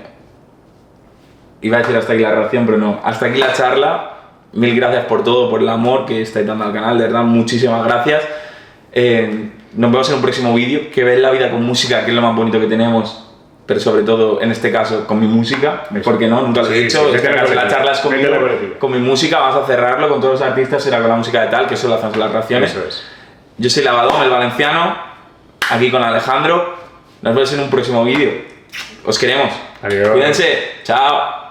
S1: iba a decir hasta aquí la relación, pero no. Hasta aquí la charla. Mil gracias por todo, por el amor que estáis dando al canal. De verdad, muchísimas gracias. Eh, nos vemos en un próximo vídeo. Que veis la vida con música, que es lo más bonito que tenemos. Pero sobre todo, en este caso, con mi música.
S2: Eso.
S1: Porque no, nunca lo he
S2: Sí,
S1: dicho.
S2: sí,
S1: en
S2: vete
S1: este
S2: a la
S1: caso, la
S2: colectiva,
S1: charla es
S2: vete a
S1: conmigo.
S2: la colectiva.
S1: Con mi música vas a cerrarlo. Con todos los artistas será con la música de tal, que son las translaciones.
S2: Eso es.
S1: Yo soy Lavadón, el valenciano. Aquí con Alejandro. Nos vemos en un próximo vídeo. Os queremos.
S2: Adiós.
S1: Cuídense. Chao.